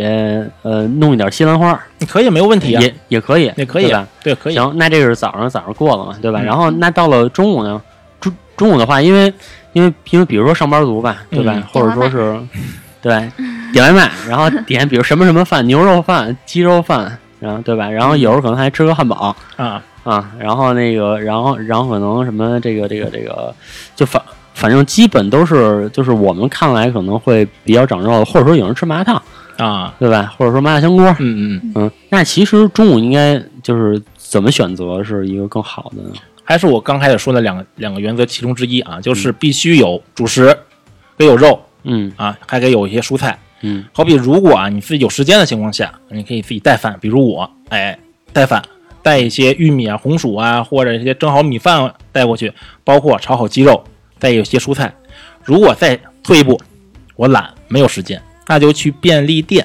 Speaker 3: 呃弄一点西兰花儿，
Speaker 5: 你可以没有问题啊，
Speaker 3: 也也可以，
Speaker 5: 也可以
Speaker 3: 对吧
Speaker 5: 啊？，对，可以，
Speaker 3: 行，那这个是早上早上过了嘛，对吧？
Speaker 5: 嗯
Speaker 3: 然后那到了中午呢，中中午的话，因为因为因为比如说上班族吧，对吧？
Speaker 5: 嗯
Speaker 3: 或者说是 对点外卖，然 后点比如什么什么饭，牛肉饭、鸡肉饭，然后对吧？然后有时候可能还吃个汉堡
Speaker 5: 啊，
Speaker 3: 啊，然后那个然后然后可能什么这个这个这个，就反反正基本都是就是我们看来可能会比较长肉，或者说有人吃麻辣烫，
Speaker 5: 啊，
Speaker 3: 对吧？或者说麻辣香锅，
Speaker 5: 嗯嗯，
Speaker 3: 嗯，那其实中午应该就是怎么选择是一个更好的呢？
Speaker 5: 还是我刚开始说的两个两个原则其中之一啊，就是必须有主食，得有肉
Speaker 3: 嗯
Speaker 5: 啊，还得有一些蔬菜。
Speaker 3: 嗯
Speaker 5: 好比如果啊你自己有时间的情况下，你可以自己带饭，比如我，哎，带饭。带一些玉米啊、红薯啊，或者一些蒸好米饭带过去，包括炒好鸡肉，再有一些蔬菜。如果再退一步，我懒没有时间，那就去便利店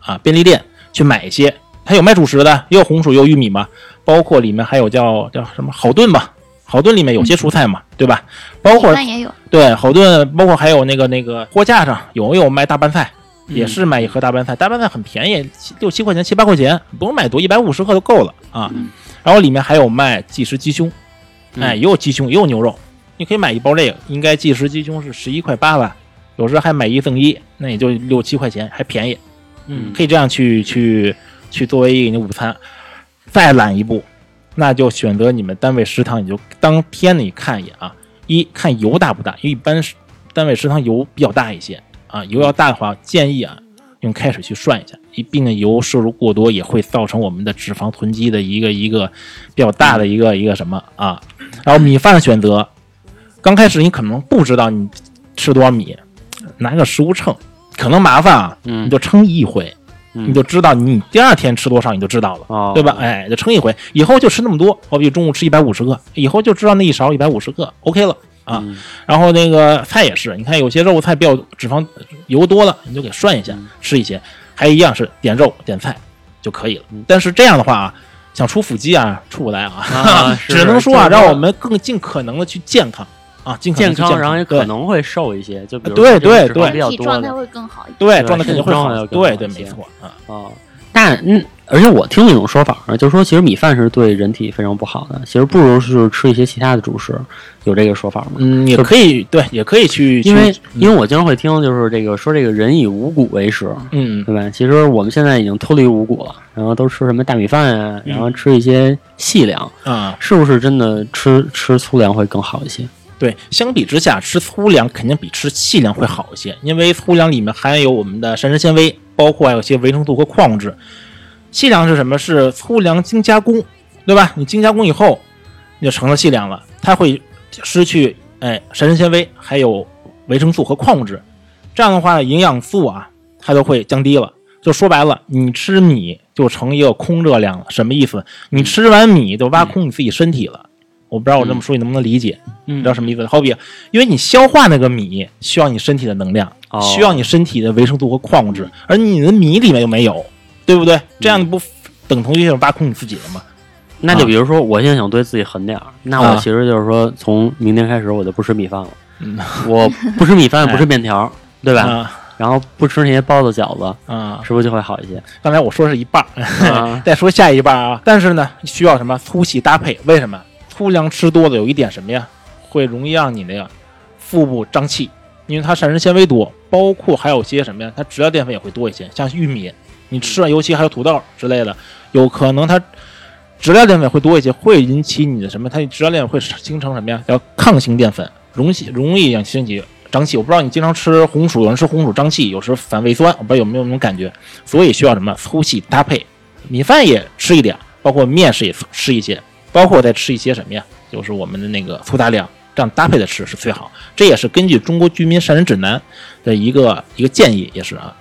Speaker 5: 啊，便利店去买一些，它有卖主食的，也有红薯，也有玉米嘛，包括里面还有叫叫什么好炖吧，好炖里面有些蔬菜嘛，对吧？包括
Speaker 6: 那也有，
Speaker 5: 对，好炖，包括还有那个那个货架上有没有卖大拌菜，也是买一盒大拌菜，大拌菜很便宜，七六七块钱、七八块钱，不用买多，一百五十克就够了啊。然后里面还有卖即食鸡胸，哎，也有鸡胸，也有牛肉，你可以买一包这个，应该即食鸡胸是十一块八吧，有时候还买一赠一，那也就六七块钱，还便宜。
Speaker 3: 嗯
Speaker 5: 可以这样去去去作为你的午餐。再懒一步，那就选择你们单位食堂，你就当天你看一眼啊，一看油大不大，因为一般是单位食堂油比较大一些啊，油要大的话，建议啊用开水去涮一下，一毕竟油摄入过多也会造成我们的脂肪囤积的一个一个比较大的一个一个什么啊。然后米饭的选择，刚开始你可能不知道你吃多少米，拿个食物秤，可能麻烦啊，
Speaker 3: 嗯
Speaker 5: 你就称一回，
Speaker 3: 嗯
Speaker 5: 你就知道你第二天吃多少，你就知道了，
Speaker 3: 哦
Speaker 5: 对吧？哎，就称一回，以后就吃那么多，哦好比中午吃一百五十克，以后就知道那一勺一百五十克，OK 了啊。
Speaker 3: 嗯
Speaker 5: 然后那个菜也是，你看有些肉菜比较脂肪油多了，你就给涮一
Speaker 3: 嗯
Speaker 5: 下，吃一些，还一样是点肉点菜就可以了。
Speaker 3: 嗯
Speaker 5: 但是这样的话啊，想出腹肌啊，出不来啊，
Speaker 3: 啊是
Speaker 5: 只能说啊，
Speaker 3: 就是
Speaker 5: 让我们更尽可能的去健康啊，尽可能
Speaker 3: 健
Speaker 5: 地去健
Speaker 3: 康，
Speaker 5: 康，
Speaker 3: 然后也可
Speaker 5: 对
Speaker 3: 能会瘦一些，就比如
Speaker 5: 对
Speaker 3: 说
Speaker 5: 对
Speaker 3: 这种脂肪
Speaker 5: 对
Speaker 6: 身
Speaker 3: 比较
Speaker 6: 体
Speaker 3: 多
Speaker 6: 状态
Speaker 3: 的
Speaker 6: 会更好一点。
Speaker 5: 对
Speaker 3: 对
Speaker 5: 状态肯定会
Speaker 3: 身体状
Speaker 5: 好
Speaker 3: 态要，更
Speaker 5: 对
Speaker 3: 好
Speaker 5: 对，
Speaker 3: 一
Speaker 5: 没
Speaker 3: 些
Speaker 5: 错啊，
Speaker 3: 啊。但嗯，而且我听了一种说法啊，就是说其实米饭是对人体非常不好的，其实不如是吃一些其他的主食，有这个说法吗？
Speaker 5: 嗯，也可以对，也可以去，
Speaker 3: 因为
Speaker 5: 去
Speaker 3: 因为我经常会听，就是这个说这个人以五谷为食，
Speaker 5: 嗯
Speaker 3: 对吧？其实我们现在已经脱离五谷了，然后都吃什么大米饭啊，然后吃一些细粮，
Speaker 5: 啊，
Speaker 3: 是不是真的吃吃粗粮会更好一些？
Speaker 5: 对，相比之下，吃粗粮肯定比吃细粮会好一些，因为粗粮里面含有我们的膳食纤维，包括还有一些维生素和矿物质。细粮是什么？是粗粮精加工，对吧？你精加工以后，你就成了细粮了，它会失去哎膳食纤维，还有维生素和矿物质。这样的话，营养素啊，它都会降低了。就说白了，你吃米就成一个空热量了，什么意思？你吃完米就挖空你自己身体了。我不知道我这么说你能不能理解？你
Speaker 2: 嗯
Speaker 5: 知道什么意思？好比，因为你消化那个米需要你身体的能量，
Speaker 3: 哦嗯
Speaker 5: 需要你身体的维生素和矿物质，而你的米里面又没有，对不对？这样不等同于就是挖空你自己了吗？
Speaker 3: 那就比如说，我现在想对自己狠点儿，那
Speaker 5: 啊
Speaker 3: 我其实就是说，从明天开始我就不吃米饭了，
Speaker 5: 嗯
Speaker 3: 我不吃米饭，
Speaker 5: 哎
Speaker 3: 不吃面条儿，对吧？
Speaker 5: 啊
Speaker 3: 然后不吃那些包子、饺子，
Speaker 5: 啊！哎
Speaker 3: 是不是就会好一些？
Speaker 5: 刚才我说是一半儿，
Speaker 3: 啊
Speaker 5: 再说下一半儿啊。但是呢，需要什么粗细搭配？为什么粗粮吃多了有一点什么呀？会容易让你那个腹部胀气，因为它膳食纤维多，包括还有些什么呀？它质料淀粉也会多一些，像玉米，你吃了，尤其还有土豆之类的，有可能它质量淀粉会多一些，会引起你的什么？它质量淀粉会形成什么呀？叫抗性淀粉，容易容易让身体胀气。我不知道你经常吃红薯，有人吃红薯胀气，有时反胃酸，我不知道有没有那种感觉。所以需要什么粗细搭配，米饭也吃一点，包括面食也吃一些，包括再吃一些什么呀？就是我们的那个粗杂粮，这样搭配着吃是最好。这也是根据中国居民膳食指南的一个一个建议，也是啊。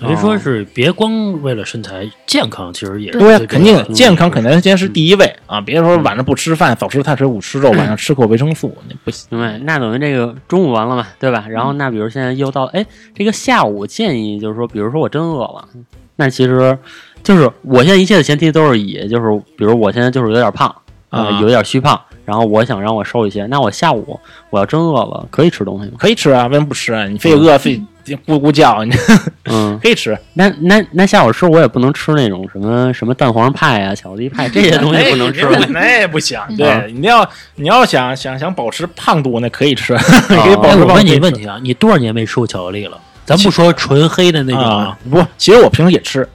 Speaker 2: 等于说是别光为了身材健康，其实也是
Speaker 5: 对啊
Speaker 2: 最，
Speaker 5: 肯
Speaker 2: 重要
Speaker 5: 定
Speaker 2: 的
Speaker 5: 健康肯定先是第一位啊！
Speaker 3: 嗯
Speaker 5: 别说晚上不吃饭，早吃碳水，午
Speaker 2: 嗯
Speaker 5: 吃肉，晚上吃口维生素，那不行。
Speaker 3: 明白，那等于这个中午完了嘛，对吧？然后那比如现在又到哎，这个下午建议就是说，比如说我真饿了，那其实就是我现在一切的前提都是以就是比如我现在就是有点胖呃
Speaker 5: 啊
Speaker 3: 有点虚胖，然后我想让我瘦一些，那我下午我要真饿了，可以吃东西吗？
Speaker 5: 可以吃啊，为什么不吃啊？你非得饿，非得咕咕叫，你
Speaker 3: 嗯，
Speaker 5: 可以吃。
Speaker 3: 那那那下午吃我也不能吃那种什么什么蛋黄派啊、巧克力派这些东西不能吃
Speaker 5: 哎
Speaker 3: 吗？
Speaker 5: 那也不行。
Speaker 2: 嗯
Speaker 3: 啊
Speaker 5: 对，你要你要想想想保持胖度，那可以
Speaker 3: 哦
Speaker 5: 吃， 可以保
Speaker 2: 哎，
Speaker 5: 持
Speaker 2: 我
Speaker 5: 胖
Speaker 2: 问你
Speaker 5: 度
Speaker 2: 个。问题啊，你多少年没吃过巧克力了？咱不说纯黑的那种
Speaker 5: 啊
Speaker 2: 啊，，
Speaker 5: 不，其实我平时也吃，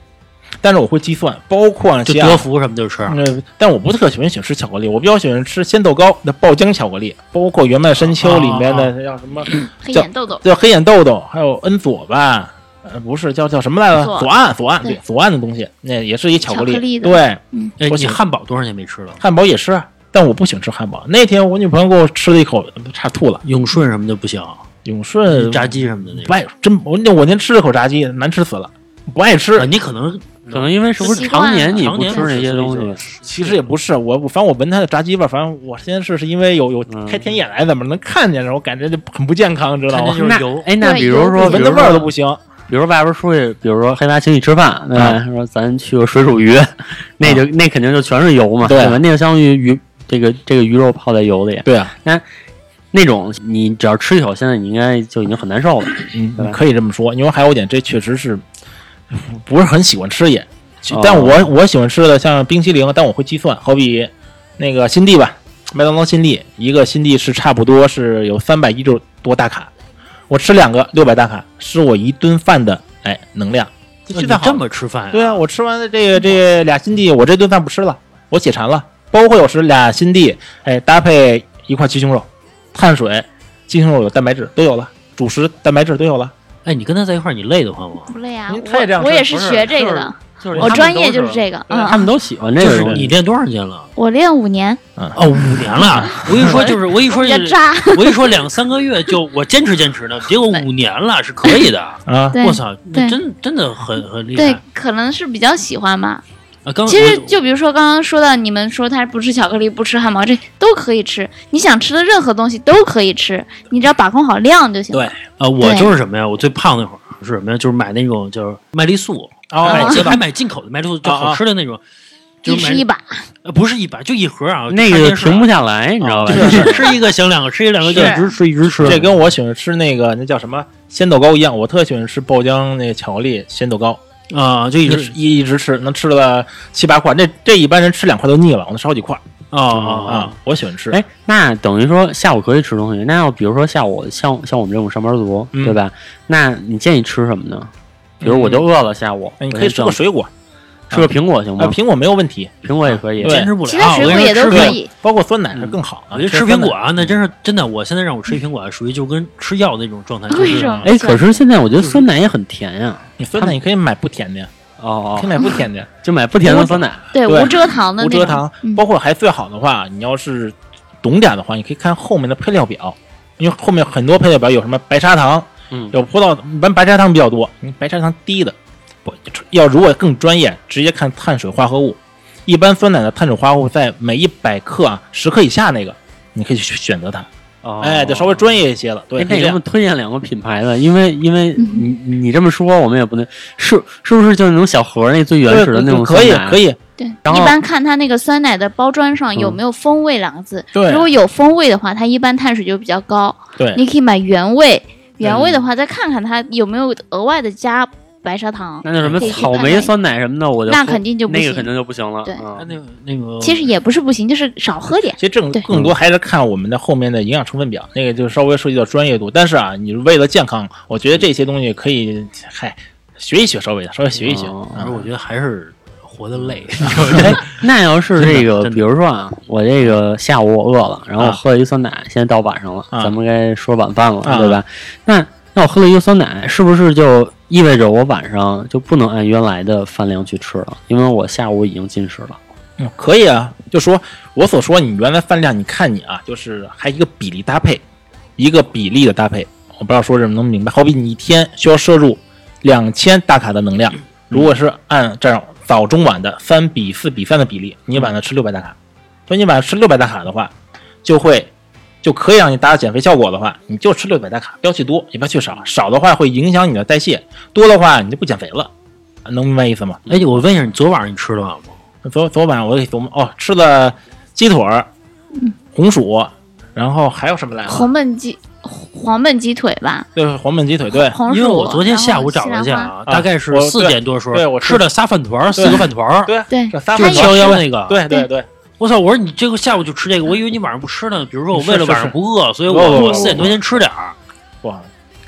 Speaker 5: 但是我会计算，包括
Speaker 2: 就
Speaker 5: 像
Speaker 2: 德芙什么就吃。
Speaker 5: 嗯，但我不特喜欢喜欢吃巧克力，我比较喜欢吃鲜豆糕的爆浆巧克力，包括原麦
Speaker 2: 啊
Speaker 5: 山丘里面的叫什么
Speaker 6: 黑眼豆豆，
Speaker 5: 叫黑眼豆豆，还有恩佐吧，呃，不是叫叫什么来着？
Speaker 6: 左
Speaker 5: 左岸，左岸，
Speaker 6: 对
Speaker 5: 对，左岸的东西，那也是一巧克力，
Speaker 6: 巧克力的
Speaker 5: 对，
Speaker 2: 哎，
Speaker 5: 我
Speaker 2: 你
Speaker 5: 喜欢
Speaker 2: 汉堡多少年没吃了？
Speaker 5: 汉堡也是，但我不喜欢吃汉堡。那天我女朋友给我吃了一口，差吐了。
Speaker 2: 永顺什么的不行，
Speaker 5: 永顺
Speaker 2: 炸鸡什么的那
Speaker 5: 不
Speaker 2: 种。
Speaker 5: 爱真，我那我那吃了口炸鸡，难吃死了，不爱吃
Speaker 2: 啊，。你可能
Speaker 3: 可能因为是不是
Speaker 6: 习惯了
Speaker 3: 常年你
Speaker 2: 常
Speaker 3: 不
Speaker 2: 年
Speaker 3: 吃那些东
Speaker 2: 所以就？
Speaker 3: 西
Speaker 5: 其实也不是，我我反正我闻它的炸鸡味儿，反正我先是是因为有有
Speaker 3: 嗯
Speaker 5: 开天眼来怎么能看见着，我感觉就很不健康，知道
Speaker 2: 看见？就
Speaker 5: 吗
Speaker 2: 是油
Speaker 3: 那哎，那
Speaker 6: 对
Speaker 3: 比如
Speaker 6: 油
Speaker 3: 说
Speaker 6: 不
Speaker 5: 闻
Speaker 6: 行
Speaker 5: 的味儿都
Speaker 3: 不。
Speaker 5: 不行。
Speaker 3: 比如外边出去，比如说黑娃请你吃饭，对吧？说咱去个水煮鱼， 那就那肯定就全是油嘛，
Speaker 5: 对
Speaker 3: 吧？那就相当于鱼这个这个鱼肉泡在油里，
Speaker 5: 对啊，
Speaker 3: 那种你只要吃一口，现在你应该就已经很难受了。
Speaker 5: 嗯，
Speaker 3: 对吧
Speaker 5: 你可以这么说。因为还有一点，这确实是不是很喜欢吃也，其
Speaker 3: 哦
Speaker 5: 但我我喜欢吃的像冰淇淋，但我会计算，好比那个新地吧，麦当劳新地，一个新地是差不多是有三百一十多大卡，我吃两个六百大卡，是我一顿饭的哎能量。
Speaker 2: 你
Speaker 5: 现在好
Speaker 2: 这么吃饭呀？
Speaker 5: 对啊，我吃完了这个这个俩新地，我这顿饭不吃了，我解馋了。包括有时俩新地，哎，搭配一块鸡胸肉，碳水、鸡胸肉有蛋白质都有了，主食蛋白质都有了。
Speaker 2: 哎，你跟他在一块儿，你累得慌吗？
Speaker 6: 不累啊
Speaker 5: 您太这样，
Speaker 6: 我
Speaker 5: 吃
Speaker 6: 我也
Speaker 5: 了
Speaker 6: 是
Speaker 3: 不是
Speaker 6: 学这
Speaker 3: 就
Speaker 6: 个
Speaker 3: 是
Speaker 6: 的，
Speaker 3: 就是
Speaker 6: 我
Speaker 3: 他们
Speaker 6: 专业
Speaker 3: 都
Speaker 6: 就是这个，
Speaker 3: 他
Speaker 6: 嗯，
Speaker 3: 们都喜欢这
Speaker 2: 就
Speaker 3: 个嗯
Speaker 2: 是
Speaker 3: 东西
Speaker 2: 你练多少年了？
Speaker 6: 我练五年，
Speaker 2: 哦，五年了。我跟你 说，就是我跟你说
Speaker 6: 比较
Speaker 2: 就是，
Speaker 6: 渣，
Speaker 2: 我跟你说两三个月就我坚持坚持呢，结果五年了是可以的。
Speaker 5: 啊，
Speaker 6: 对
Speaker 2: 我操，
Speaker 6: 对
Speaker 2: 真真的很很厉害
Speaker 6: 对，可能是比较喜欢吧。
Speaker 2: 啊！
Speaker 5: 嗯
Speaker 2: 刚
Speaker 6: 其实
Speaker 2: 我
Speaker 6: 就比如说刚刚说到，你们说他不吃巧克力，不吃汉堡，这都可以吃。你想吃的任何东西都可以吃，你只要把控好量就行。
Speaker 2: 对，啊，我就是什么呀？我最胖那会儿是什么呀？就是买那种叫麦丽素，
Speaker 5: 哦
Speaker 2: 买
Speaker 5: 我知道
Speaker 2: 还买进口的麦丽素，就
Speaker 5: 啊啊
Speaker 3: 哦
Speaker 2: 好吃的那种，就
Speaker 6: 一
Speaker 2: 是
Speaker 6: 吃
Speaker 2: 买
Speaker 6: 一把，
Speaker 2: 呃不是一把，就一盒啊。
Speaker 3: 那
Speaker 2: 就看
Speaker 3: 个
Speaker 2: 电视啊
Speaker 3: 停不下来，你知道吧？
Speaker 2: 是是吃一个想两个，吃一两个就一直吃一直吃。
Speaker 5: 这跟我喜欢吃那个那叫什么鲜豆糕一样，我特喜欢吃爆浆那巧克力鲜豆糕，
Speaker 2: 啊，就一
Speaker 5: 一
Speaker 2: 直
Speaker 5: 直一一直吃，能吃了七八块。那这一般人吃两块都腻了，我能吃好几块
Speaker 2: 啊
Speaker 3: 嗯
Speaker 2: 啊
Speaker 5: 啊！我喜欢吃。
Speaker 3: 哎，那等于说下午可以吃东西，那要比如说下午像像我们这种上班族，
Speaker 5: 嗯
Speaker 3: 对吧？那你建议吃什么呢？比如我就饿了，下午、
Speaker 5: 哎那你可以吃个水果，
Speaker 3: 吃个苹果行
Speaker 5: 啊，
Speaker 3: 吗？
Speaker 5: 苹果没有问题，
Speaker 3: 苹果也可以
Speaker 5: 对。
Speaker 2: 坚持不了。啊
Speaker 6: 其他水
Speaker 2: 我
Speaker 6: 果
Speaker 2: 跟你
Speaker 6: 也
Speaker 2: 说
Speaker 6: 都
Speaker 2: 吃
Speaker 6: 可
Speaker 2: 苹
Speaker 6: 以。
Speaker 5: 包括酸奶是更好啊。
Speaker 2: 我觉得吃苹果啊，那
Speaker 5: 嗯
Speaker 2: 真是真的。我现在让我吃一苹果啊，属于就跟吃药那种状态，
Speaker 5: 嗯
Speaker 2: 就
Speaker 6: 为
Speaker 2: 是
Speaker 6: 什
Speaker 5: 啊
Speaker 6: 么？
Speaker 3: 哎，可是现在我觉得酸奶也很甜呀。
Speaker 5: 你酸奶你可以买不甜的呀，
Speaker 3: 哦
Speaker 5: 可以，买不甜的呀，
Speaker 3: 就买不甜的酸奶。
Speaker 6: 对
Speaker 5: 对
Speaker 6: 无蔗糖的
Speaker 5: 无
Speaker 6: 那
Speaker 5: 蔗
Speaker 6: 种
Speaker 5: 糖
Speaker 6: 嗯。
Speaker 5: 包括还最好的话，你要是懂点的话，你可以看后面的配料表，因为后面很多配料表有什么白砂糖，
Speaker 3: 嗯，
Speaker 5: 有葡萄，一般白砂糖比较多，嗯白砂糖低的。不要如果更专业，直接看碳水化合物。一般酸奶的碳水化合物在每一百克啊十克以下那个，你可以去选择它。
Speaker 3: 哦
Speaker 5: 哎，得稍微专业一些了。对，
Speaker 3: 哎，
Speaker 5: 可
Speaker 3: 那
Speaker 5: 以这
Speaker 3: 咱
Speaker 5: 样
Speaker 3: 们推荐两个品牌的，因为因为你你这么说，我们也不能是是不是就是那种小盒儿那最原始的那种
Speaker 5: 可以
Speaker 3: 酸奶啊
Speaker 5: 可以，
Speaker 6: 对，
Speaker 3: 然后
Speaker 6: 一般看它那个酸奶的包装上有没有“风味”两个字。
Speaker 5: 嗯对
Speaker 6: 如果有风味的话，它一般碳水就比较高。
Speaker 5: 对
Speaker 6: 你可以买原味，原味的话再看看它有没有额外的加白砂糖，
Speaker 5: 嗯
Speaker 3: 那叫什么草莓酸奶什么的，我就
Speaker 6: 那肯定就不
Speaker 3: 那
Speaker 6: 行。
Speaker 3: 个肯定就不行了。
Speaker 6: 对
Speaker 3: 嗯
Speaker 2: 啊那个那个，
Speaker 6: 其实也不是不行，就是少喝点。
Speaker 5: 其实更
Speaker 6: 对
Speaker 5: 更多还是看我们的后面的营养成分表，那个就稍微涉及到专业度。但是啊，你为了健康，我觉得这些东西可以，嗨，学一学，稍微的，稍微学一嗯学。
Speaker 3: 哦
Speaker 2: 反正我觉得还是活得 累。
Speaker 3: 哎， 那要是这
Speaker 2: 真的真
Speaker 3: 个，
Speaker 2: 的
Speaker 3: 比如说啊，我这个下午我饿了，然后我
Speaker 5: 啊
Speaker 3: 喝了一酸奶，现在到晚上了，
Speaker 5: 啊
Speaker 3: 咱们该说晚饭了，
Speaker 5: 啊
Speaker 3: 对吧？那那我喝了一个酸奶，是不是就意味着我晚上就不能按原来的饭量去吃了？因为我下午已经进食了。
Speaker 5: 嗯，可以啊，就说我所说，你原来饭量，你看你啊，就是还一个比例搭配，一个比例的搭配，我不知道说什么能明白。好比你一天需要摄入两千大卡的能量，如果是按这样早中晚的三比四比三的比例，你晚上吃六百大卡，所以你晚上吃六百大卡的话，就会就可以让你达到减肥效果的话，你就吃六百大卡，不要去多，也不要去少，少的话会影响你的代谢，多的话你就不减肥了，能明白意思吗？
Speaker 2: 哎，我问一下，你昨晚上你吃了吗？
Speaker 5: 昨昨晚我给琢磨哦，吃的鸡腿儿、红薯，然后还有什么来着？
Speaker 6: 红焖鸡、黄焖鸡腿吧，
Speaker 5: 对，黄焖鸡腿，对
Speaker 6: 红薯。
Speaker 2: 因为我昨天下午找
Speaker 6: 然
Speaker 2: 了
Speaker 6: 后
Speaker 2: 一
Speaker 6: 西
Speaker 2: 下
Speaker 6: 兰花，
Speaker 2: 啊，
Speaker 5: 啊
Speaker 2: 大概是
Speaker 5: 我
Speaker 2: 四点多的时候，
Speaker 5: 对我
Speaker 2: 吃了仨饭团儿，四个饭团儿，
Speaker 5: 对，
Speaker 6: 对
Speaker 5: 这仨
Speaker 2: 就是
Speaker 5: 饭团
Speaker 2: 逍遥
Speaker 5: 对
Speaker 2: 那个。
Speaker 5: 对对对，
Speaker 2: 我操！我说你这个下午就吃这个，我以为你晚上不吃呢。比如说我为了
Speaker 5: 是是
Speaker 2: 晚上不饿，所以
Speaker 5: 不不
Speaker 2: 我
Speaker 5: 不
Speaker 2: 我四点多先吃点儿。
Speaker 5: 哇，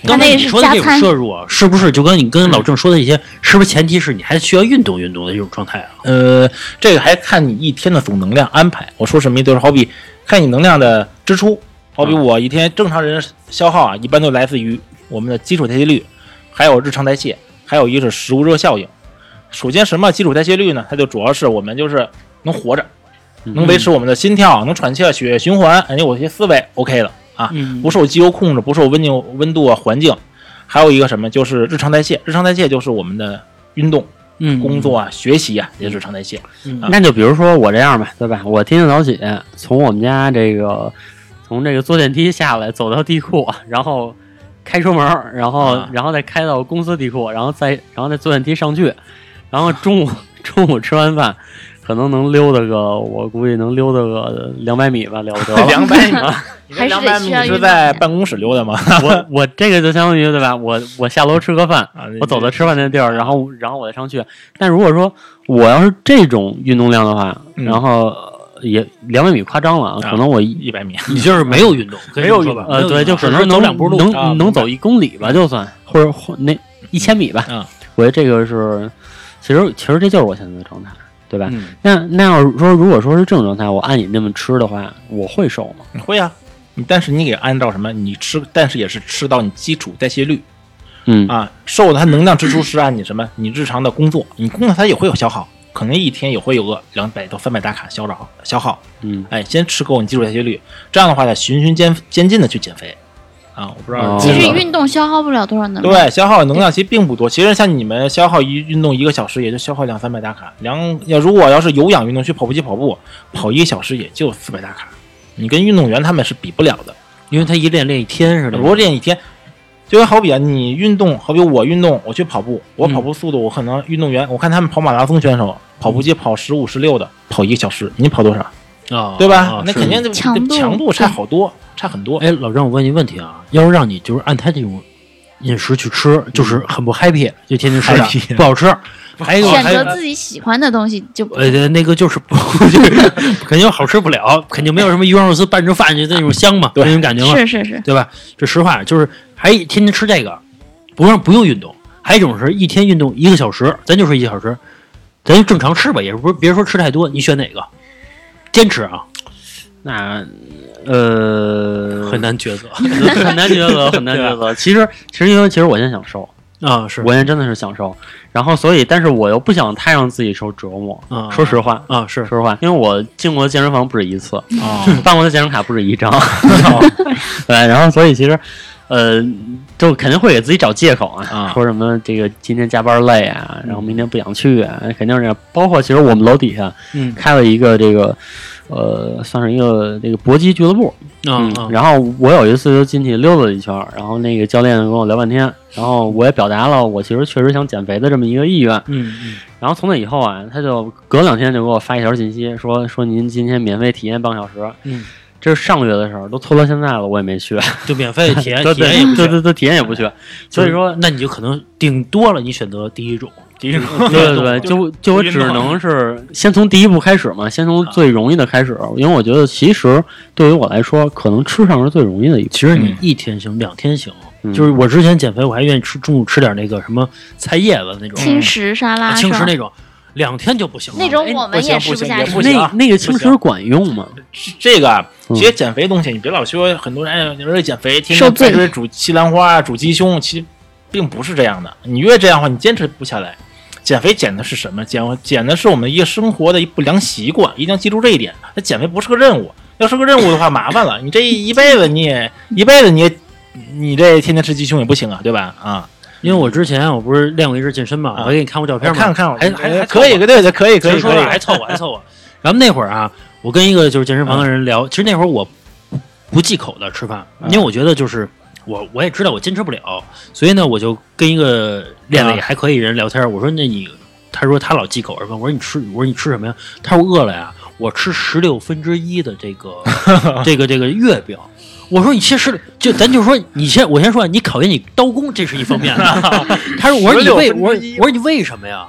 Speaker 2: 刚才
Speaker 6: 那
Speaker 2: 你
Speaker 6: 是
Speaker 2: 说的
Speaker 6: 加
Speaker 2: 这种
Speaker 6: 餐
Speaker 2: 摄入啊，是不是就跟你跟老郑说的一些，是不是前提是你还需要运动运动的这种状态啊？
Speaker 5: 呃，这个还看你一天的总能量安排。我说什么意思？就是好比看你能量的支出，好比我一天正常人消耗啊，一般都来自于我们的基础代谢率，还有日常代谢，还有一个是食物热效应。首先，什么基础代谢率呢？它就主要是我们就是能活着，能维持我们的心跳，能喘气儿、血液循环，哎，我这些思维 OK 了啊，
Speaker 2: 嗯
Speaker 5: 不受机油控制，不受温境温度啊、环境，还有一个什么就是日常代谢，日常代谢就是我们的运动、
Speaker 2: 嗯
Speaker 5: 工作啊、学习啊，也是日常代谢。
Speaker 2: 嗯
Speaker 3: 那就比如说我这样吧，对吧？我天天早起，从我们家这个从这个坐电梯下来，走到地库，然后开车门儿，然后、
Speaker 5: 啊
Speaker 3: 然后再开到公司地库，然后再然后再坐电梯上去，然后中午 中午吃完饭，可能能溜达个，我估计能溜达个两百米吧，了不得了。
Speaker 5: 两百米，你
Speaker 6: 啊还是
Speaker 5: 两
Speaker 6: 得
Speaker 5: 百
Speaker 6: 需
Speaker 5: 米
Speaker 6: 要
Speaker 5: 是
Speaker 6: 运动
Speaker 5: 在
Speaker 6: 的
Speaker 5: 办公室溜达吗？
Speaker 3: 我我这个就相当于对吧？我我下楼吃个饭，
Speaker 5: 啊
Speaker 3: 我走到吃饭那地儿，
Speaker 2: 嗯
Speaker 3: 然后然后我再上去。但如果说我要是这种运动量的话，
Speaker 5: 嗯
Speaker 3: 然后呃也两百米夸张了啊，
Speaker 5: 啊
Speaker 3: 可能我一
Speaker 5: 一百米，
Speaker 2: 你就是没有运动，可以这么说吧没
Speaker 3: 呃对，就
Speaker 2: 只
Speaker 3: 可
Speaker 2: 是
Speaker 3: 能
Speaker 2: 走
Speaker 3: 能
Speaker 2: 两步路。
Speaker 3: 能
Speaker 5: 啊
Speaker 3: 能走一公里吧，就算或者或那一千米吧。
Speaker 5: 嗯
Speaker 3: 我觉得这个是，其实其实这就是我现在的状态，对吧？
Speaker 5: 嗯，
Speaker 3: 那那要是说，如果说是这种状态，我按你那么吃的话，我会瘦吗？
Speaker 5: 你会啊。你但是你给按照什么？你吃，但是也是吃到你基础代谢率
Speaker 3: 嗯
Speaker 5: 啊，瘦的它能量支出是按你什么？你日常的工作，你工作它也会有消耗，可能一天也会有个两百到三百大卡消耗消耗。
Speaker 3: 嗯，
Speaker 5: 哎，先吃够你基础代谢率，这样的话再循序渐渐进的去减肥啊。我不知道，
Speaker 3: 哦
Speaker 6: 其实运动消耗不了多少能量。
Speaker 5: 对，消耗能量其实并不多。其实像你们消耗一运动一个小时，也就消耗两三百大卡。两要如果要是有氧运动去跑步机跑步，跑一个小时也就四百大卡。你跟运动员他们是比不了的。
Speaker 2: 因为他一练练一天似的。
Speaker 5: 如果练一天，就好比啊，你运动，好比我运动，我去跑步，我跑步速度，我可能运动员，我看他们跑马拉松选手，跑步机跑十五、十六的，跑一个小时，你跑多少？
Speaker 2: 啊，
Speaker 5: 对吧
Speaker 2: 啊？
Speaker 5: 那
Speaker 2: 是
Speaker 5: 肯定就
Speaker 6: 强度
Speaker 5: 强度差好多，差很多。
Speaker 2: 哎，老郑，我问你问题啊，要是让你就是按他这种饮食去吃，就是很不 happy，就天天吃点儿
Speaker 5: happy
Speaker 2: 不好吃。还有一个
Speaker 6: 选
Speaker 2: 还有
Speaker 6: 择自己喜欢的东西就不
Speaker 2: 呃那个就是 不就是肯定好吃不了，肯定没有什么鱼香肉丝拌着饭就那种香嘛，
Speaker 5: 对
Speaker 2: 那种感觉嘛，
Speaker 6: 是是
Speaker 5: 嗯
Speaker 6: 是，
Speaker 2: 对吧？这实话就是还天天吃这个，不让不用运动。还有一种是一天运动一个小时，咱就说一个小时，咱就正常吃吧，也不是别说吃太多，你选哪个？坚持啊，
Speaker 3: 那呃，
Speaker 2: 很难抉择
Speaker 3: 很难抉择，很难抉择。其实其实因为其实我现在想瘦，
Speaker 2: 啊，是
Speaker 3: 我现在真的是想瘦，然后所以但是我又不想太让自己受折磨。
Speaker 2: 啊
Speaker 3: 说实话，
Speaker 2: 啊是
Speaker 3: 说实话，因为我进过健身房不止一次，
Speaker 2: 啊，
Speaker 3: 办过的健身卡不止 一张， 对，然后所以其实，呃，就肯定会给自己找借口啊，
Speaker 5: 啊
Speaker 3: 说什么这个今天加班累啊，
Speaker 2: 嗯
Speaker 3: 然后明天不想去啊，肯定是这样。包括其实我们楼底下
Speaker 2: 嗯
Speaker 3: 开了一个这个，呃，算是一个这个搏击俱乐部，
Speaker 2: 嗯啊
Speaker 3: 然后我有一次就进去溜达一圈儿，然后那个教练跟我聊半天，然后我也表达了我其实确实想减肥的这么一个意愿，
Speaker 2: 嗯
Speaker 3: 然后从那以后啊，他就隔两天就给我发一条信息，说 说您今天免费体验半个小时。
Speaker 2: 嗯，
Speaker 3: 这是上个月的事儿，都拖到现在了，我也没去。
Speaker 2: 嗯，就免费体验
Speaker 3: 对
Speaker 2: 体验也不
Speaker 3: 对对
Speaker 2: 行。
Speaker 3: 对对，体验也不去。所以说，
Speaker 2: 那你就可能顶多了，你选择第一种，
Speaker 5: 第一种
Speaker 3: 对对对， 就就我只能是先从第一步开始嘛，
Speaker 2: 啊
Speaker 3: 先从最容易的开始，因为我觉得其实对于我来说，可能吃上是最容易的一步。
Speaker 2: 其 实嗯你一天行，两天行。
Speaker 3: 嗯
Speaker 2: 就是我之前减肥，我还愿意吃中午吃点那个什么菜叶子那种
Speaker 6: 轻食沙拉
Speaker 2: 啊
Speaker 6: 是
Speaker 2: 轻食
Speaker 6: 吧？
Speaker 2: 那种，两天就不行了。哎
Speaker 6: 那种我们也
Speaker 5: 哎不
Speaker 6: 吃
Speaker 5: 行
Speaker 6: 下
Speaker 5: 也
Speaker 6: 去
Speaker 5: 不。行
Speaker 3: 嗯那那个轻
Speaker 5: 不
Speaker 3: 食管用吗？
Speaker 5: 这个啊，
Speaker 3: 嗯
Speaker 5: 其实减肥东西，你别老说很多人哎，你说减肥天
Speaker 6: 受
Speaker 5: 天
Speaker 6: 罪
Speaker 5: 白水煮西兰花啊，煮鸡胸，其实并不是这样的。你越这样的话，你坚持不下来。减肥减的是什么？减减的是我们一个生活的一不良习惯，一定要记住这一点。那减肥不是个任务，要是个任务的话，麻烦了。你这一辈子你也一辈子你也你这天天吃鸡胸也不行啊，对吧？啊，
Speaker 2: 因为我之前我不是练过一阵健身嘛，
Speaker 5: 啊
Speaker 2: 我还给你看过照片
Speaker 5: 我
Speaker 2: 嘛，
Speaker 5: 看看我
Speaker 2: 还还还
Speaker 5: 可以，对对，可以可
Speaker 2: 可
Speaker 5: 以
Speaker 2: 以说
Speaker 5: 可以
Speaker 2: 了，还凑合还凑合。嗯然后那会儿啊，我跟一个就是健身房的人聊，其实那会儿我不忌口的吃饭，因为我觉得就是我我也知道我坚持不了，所以呢，我就跟一个练的也还可以人聊天，我说那你，他说他老忌口而问，我说你吃，我说你吃什么呀？他说我饿了呀，我吃十六分之一的这 个这个这个月饼。我说你切十六，就咱就说你先，我先说你考验你刀工，这是一方面的。他说我说你为我说我说你为什么呀？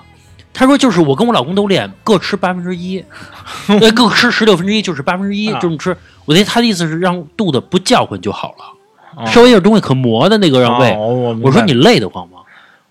Speaker 2: 他说就是我跟我老公都练，各吃八分之一，呃，各吃十六分之一，就是八分之一，
Speaker 5: 啊
Speaker 2: 这么吃。我觉得他的意思是让肚子不叫唤就好
Speaker 5: 哦
Speaker 2: 了，稍微有点东西可磨的那个让胃。
Speaker 5: 哦我明白
Speaker 2: 啊我说你累得慌吗？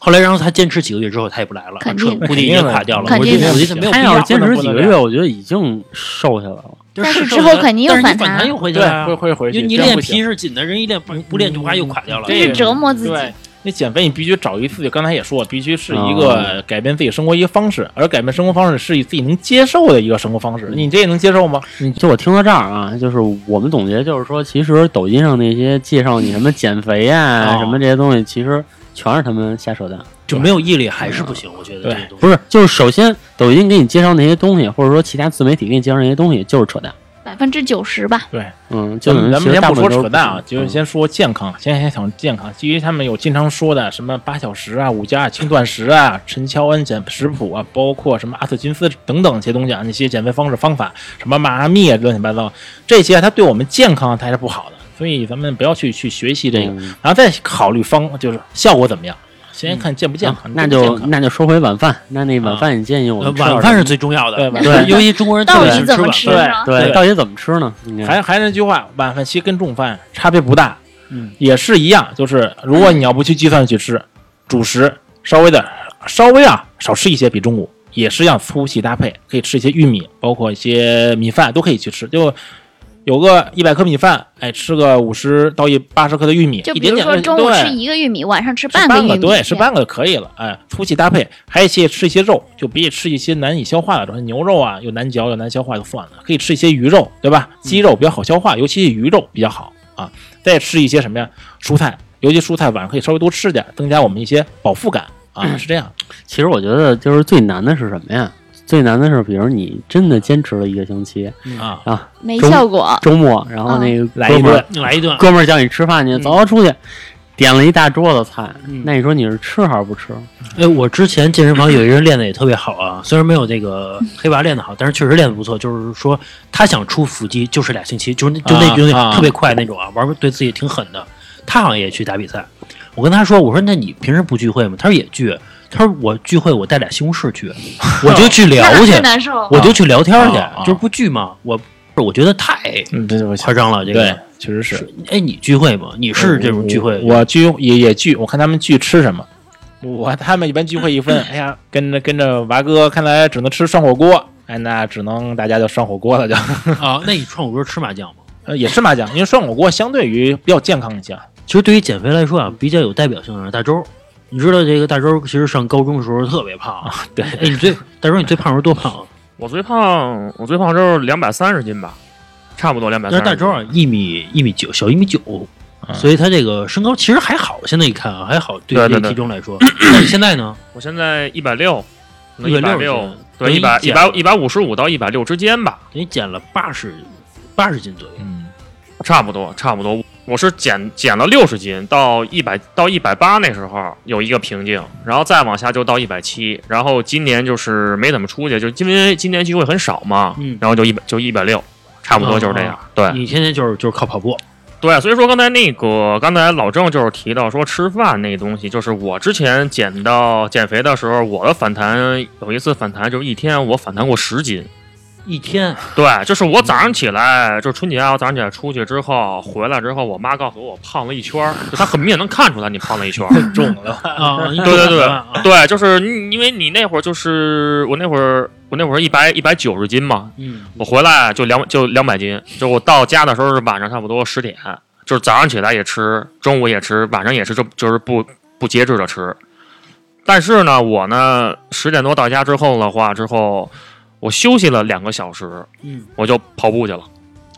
Speaker 2: 后来，然后他坚持几个月之后，他也不来了，
Speaker 6: 肯定
Speaker 2: 彻估计已经垮掉了。
Speaker 6: 肯
Speaker 2: 我觉
Speaker 6: 定
Speaker 2: 得
Speaker 6: 的
Speaker 2: 我觉得没有
Speaker 3: 他
Speaker 2: 必
Speaker 3: 要
Speaker 2: 要
Speaker 3: 是。坚持几个
Speaker 5: 不能这
Speaker 3: 月，我觉得已经瘦下来了。
Speaker 2: 就
Speaker 6: 但是
Speaker 2: 瘦
Speaker 6: 之后
Speaker 2: 了
Speaker 6: 肯定又
Speaker 2: 但是你
Speaker 6: 反弹
Speaker 2: 反弹又回去
Speaker 5: 对
Speaker 2: 了呀
Speaker 5: 会。会回去，
Speaker 2: 因为啊你
Speaker 5: 这样
Speaker 2: 练
Speaker 5: 不行
Speaker 2: 皮是紧的，人一练不不练就哗又垮掉了。
Speaker 5: 这
Speaker 6: 是
Speaker 5: 个
Speaker 6: 折磨自己
Speaker 5: 对，你减肥你必须找一次，刚才也说了，必须是一个改变自己生活一个方式，而改变生活方式是以自己能接受的一个生活方式。你这也能接受吗？
Speaker 3: 就我听到这儿啊，就是我们总结就是说，其实抖音上那些介绍你什么减肥啊、
Speaker 2: 哦
Speaker 3: 什么这些东西，其实全是他们瞎扯淡。
Speaker 2: 就没有毅力还是不行，我觉得
Speaker 5: 对
Speaker 2: 这个东西
Speaker 3: 不是，就是首先抖音给你介绍那些东西，或者说其他自媒体给你介绍那些东西，就是扯淡。
Speaker 6: 百分之九十吧，
Speaker 3: 嗯，就
Speaker 5: 咱
Speaker 3: 是
Speaker 5: 们咱们先
Speaker 3: 大
Speaker 5: 不
Speaker 3: 部分
Speaker 5: 说
Speaker 3: 都
Speaker 5: 扯淡啊，就是
Speaker 3: 嗯
Speaker 5: 先说健康，先先讲健康。基于他们有经常说的什么八小时啊、五加二轻断食啊、陈乔恩减食谱啊，包括什么阿特金斯等等这些东西啊，那些减肥方式方法，什么妈咪啊，乱七八糟这些啊，它对我们健康它还是不好的，所以咱们不要去去学习这个，
Speaker 3: 嗯
Speaker 5: 然后再考虑方就是效果怎么样，先看健不健康。
Speaker 3: 哦那
Speaker 5: 健不
Speaker 3: 就
Speaker 5: 健康啊
Speaker 3: 那就说回晚饭，那那晚饭你建议我
Speaker 2: 呃
Speaker 3: 们吃点
Speaker 2: 晚饭是最重要的
Speaker 5: 对，晚
Speaker 3: 饭
Speaker 2: 尤其中国人
Speaker 6: 到
Speaker 2: 特别喜
Speaker 6: 底
Speaker 2: 欢
Speaker 6: 怎
Speaker 2: 吃
Speaker 6: 么
Speaker 2: 晚
Speaker 6: 吃
Speaker 2: 饭。
Speaker 5: 对
Speaker 6: 呢？
Speaker 3: 对，
Speaker 5: 对
Speaker 3: 到底怎么吃呢？应该
Speaker 5: 还还是那句话，晚饭其实跟中饭差别不大，
Speaker 2: 嗯，
Speaker 5: 也是一样，就是如果你要不去计算去吃，主食稍微的稍微啊少吃一些，比中午也是一样粗细搭配，可以吃一些玉米，包括一些米饭都可以去吃，就有个一百克米饭，哎，吃个五十到一八十克的玉米，
Speaker 6: 就
Speaker 5: 一
Speaker 6: 比
Speaker 5: 点
Speaker 6: 如
Speaker 5: 点
Speaker 6: 说
Speaker 5: 的
Speaker 6: 中午
Speaker 5: 对
Speaker 6: 吃一个玉米，晚上
Speaker 5: 吃
Speaker 6: 吃半个玉米，
Speaker 5: 对，吃半个就可以了。哎，粗细搭配，还有一些吃一些肉，就别吃一些难以消化的，什么牛肉啊，又难嚼又难消化就算了，可以吃一些鱼肉，对吧？鸡
Speaker 2: 嗯
Speaker 5: 肉比较好消化，尤其是鱼肉比较好啊。再吃一些什么呀？蔬菜，尤其蔬菜晚上可以稍微多吃点，增加我们一些饱腹感啊，是这样。
Speaker 3: 其实我觉得就是最难的是什么呀？最难的是，比如你真的坚持了一个星期，
Speaker 5: 啊，
Speaker 6: 没
Speaker 3: 中
Speaker 6: 效果。
Speaker 3: 周末，然后那个
Speaker 5: 来
Speaker 3: 哥
Speaker 5: 一
Speaker 3: 们儿
Speaker 5: 顿
Speaker 2: 嗯来一顿，
Speaker 3: 哥们儿叫你吃饭去，
Speaker 5: 嗯
Speaker 3: 走出去，点了一大桌子菜，
Speaker 2: 嗯
Speaker 3: 那你说你是吃还是不吃？
Speaker 2: 哎，我之前健身房有一个人练的也特别好啊，虽然没有那个黑娃练的好，但是确实练的不错。就是说他想出腹肌，就是俩星期，就是那就那
Speaker 5: 啊
Speaker 2: 就那
Speaker 5: 啊
Speaker 2: 特别快那种啊，玩儿对自己挺狠的。他好像也去打比赛，我跟他说，我说那你平时不聚会吗？他说也聚，他说我聚会我带俩西红柿去，我就去聊去
Speaker 6: 那最，难受。
Speaker 2: 我就去聊天去
Speaker 5: 啊，啊
Speaker 2: 就是不聚嘛。我我觉得太
Speaker 5: 嗯，对对
Speaker 2: 夸张了，这
Speaker 5: 对
Speaker 2: 个。，
Speaker 5: 确实是。
Speaker 2: 哎，你聚会吗？你是这种聚会？
Speaker 5: 我聚也也聚，我看他们聚吃什么。我他们一般聚会一分，哎呀，跟着跟着娃哥，看来只能吃涮火锅，哎，那只能大家就涮火锅了，就
Speaker 2: 啊，那你涮火锅吃麻酱吗？
Speaker 5: 呃也吃麻酱，因为涮火锅相对于比较健康一些。啊
Speaker 2: 其实对于减肥来说啊，比较有代表性的是大周。你知道这个大周其实上高中的时候特别胖啊。
Speaker 5: 对
Speaker 2: 哎，你最大周你最胖的时候多 胖啊？
Speaker 7: 我最胖，我最胖就是两百三十斤吧，差不多两百
Speaker 2: 但是
Speaker 7: 三。
Speaker 2: 大周啊，一米一米九，小一米九，
Speaker 5: 嗯
Speaker 2: 所以他这个身高其实还好。现在一看啊，还好，对
Speaker 7: 对
Speaker 2: 于这个
Speaker 7: 对
Speaker 2: 体重来说。那你现在呢？
Speaker 7: 我现在一百六，一百
Speaker 2: 160
Speaker 7: 六，对，一百
Speaker 2: 等于
Speaker 7: 一
Speaker 2: 减
Speaker 7: 百
Speaker 2: 了
Speaker 7: 一百五十五到一百六之间吧，
Speaker 2: 你减了八十八十斤左右。
Speaker 5: 嗯，
Speaker 7: 差不多，差不多。我是减减了六十斤，到一百到一百八那时候有一个瓶颈，然后再往下就到一百七，然后今年就是没怎么出去，就因为今年聚会很少嘛，
Speaker 2: 嗯哦
Speaker 7: 然后就一百就一百六，差不多就是这样。对，
Speaker 2: 你天天就是就是靠跑 步。
Speaker 7: 对，所以说刚才那个，刚才老郑就是提到说吃饭那东西，就是我之前减到减肥的时候，我的反弹有一次反弹就是一天我反弹过十斤。
Speaker 2: 一天
Speaker 7: 对，就是我早上起来，就是春节啊，我早上起来出去之后回来之后，我妈告诉我我胖了一圈儿，就她很明显能看出来你胖了一圈儿。
Speaker 5: 重了，
Speaker 2: 啊，对
Speaker 7: 对对
Speaker 2: 啊
Speaker 7: 对，对，就是你因为你那会儿就是我那会儿我那会儿一百一百九十斤嘛，
Speaker 2: 嗯，
Speaker 7: 我回来就两就两百斤，就我到家的时候是晚上差不多十点，就是早上起来也吃，中午也吃，晚上也吃，就就是不不节制的吃。但是呢，我呢十点多到家之后的话，之后我休息了两个小时，
Speaker 2: 嗯，
Speaker 7: 我就跑步去了。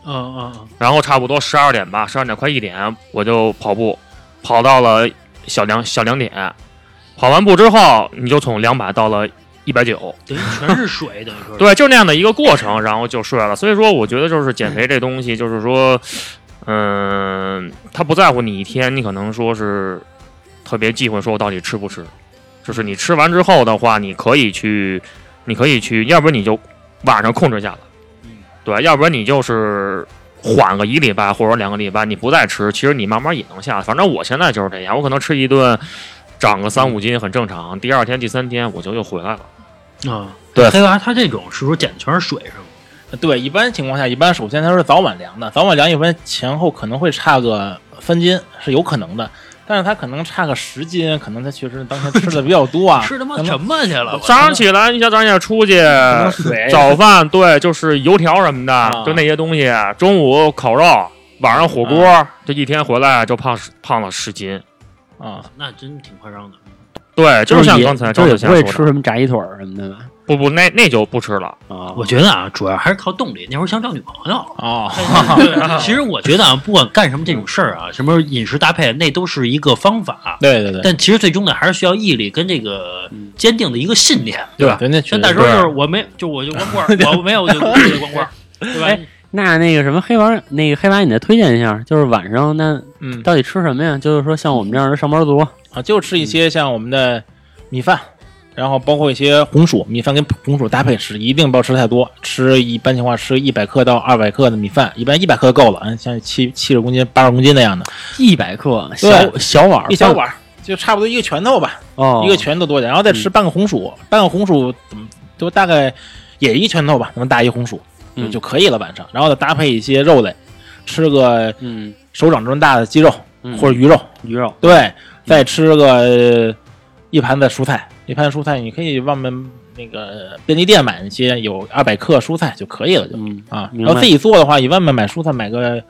Speaker 2: 啊啊，
Speaker 7: 然后差不多十二点吧，十二点快一点，我就跑步，跑到了小两小两点。跑完步之后，你就从两百到了一百九，
Speaker 2: 等于全是水，等于说。
Speaker 7: 对，就那样的一个过程，然后就睡了。所以说，我觉得就是减肥这东西，就是说，嗯、他不在乎你一天，你可能说是特别忌讳说我到底吃不吃，就是你吃完之后的话，你可以去，你可以去，要不然你就晚上控制下来，对，要不然你就是。缓个一礼拜或者两个礼拜，你不再吃，其实你慢慢也能下来。反正我现在就是这样，我可能吃一顿，长个三五斤很正常。第二天、第三天我就又回来了。
Speaker 2: 啊，
Speaker 5: 对
Speaker 2: 黑娃他这种是说减的全是水是吗？
Speaker 5: 对，一般情况下，一般首先它是早晚量的，早晚量一般前后可能会差个三斤是有可能的，但是它可能差个十斤，可能它确实当天吃的比 较多啊，
Speaker 2: 吃他妈
Speaker 5: 可能
Speaker 2: 什么去了？我
Speaker 7: 早上起来，你想早上起来出去
Speaker 5: 可能水
Speaker 7: 早饭，对，就是油条什么的，
Speaker 5: 啊
Speaker 7: 就那些东西。中午烤肉，晚上火锅，这一天回来就胖十胖了十斤。
Speaker 5: 啊，
Speaker 2: 那真挺夸张的。
Speaker 7: 对，就是像
Speaker 3: 也
Speaker 7: 刚才
Speaker 3: 就
Speaker 7: 张
Speaker 3: 是也不
Speaker 7: 小霞说
Speaker 3: 会
Speaker 7: 的，
Speaker 3: 吃什么炸鸡腿儿什么的吧？
Speaker 7: 不不，那那就不吃了。
Speaker 3: 啊，
Speaker 2: 我觉得啊，主要还是靠动力。那会儿想找女朋友。
Speaker 5: 哦，
Speaker 2: 对，其实我觉得啊，不管干什么这种事儿啊，什么饮食搭配，那都是一个方法。
Speaker 5: 对对对，
Speaker 2: 但其实最终呢，还是需要毅力跟这个坚定的一个信念，对吧？
Speaker 5: 对，那确
Speaker 2: 像
Speaker 5: 实
Speaker 2: 大周就是我没，就我就光棍 儿，我没有我就我就光棍儿，对
Speaker 7: 哎
Speaker 2: 吧？
Speaker 3: 那那个什么黑娃，那个黑娃，你再推荐一下，就是晚上那
Speaker 5: 嗯
Speaker 3: 到底吃什么呀？就是说像我们这样的上班族，
Speaker 5: 啊，就吃一些像我们的米饭，然后包括一些红薯，米饭跟红薯搭配吃，一定不要吃太多，吃一般情况吃一百克到二百克的米饭，一般一百克够了，嗯像七七十公斤、八十公斤那样的，
Speaker 3: 一百克小
Speaker 5: 对
Speaker 3: 小碗儿，
Speaker 5: 一小碗儿就差不多一个拳头吧，
Speaker 3: 哦，嗯
Speaker 5: 一个拳头多点，然后再吃半个红薯，半个红薯怎么就大概也一拳头吧，那么大一红薯就
Speaker 3: 嗯
Speaker 5: 就可以了晚上，然后再搭配一些肉类，吃个
Speaker 3: 嗯，
Speaker 5: 手掌这么大的鸡肉
Speaker 3: 嗯
Speaker 5: 或者鱼肉，
Speaker 3: 鱼肉，
Speaker 5: 对，再吃个呃一盘子蔬菜，一盘蔬菜你可以外面那个便利店买那些有二百克蔬菜就可以了就，
Speaker 3: 嗯
Speaker 5: 啊，
Speaker 3: 明
Speaker 5: 然后
Speaker 3: 白
Speaker 5: 自己做的话，你外面买蔬菜买个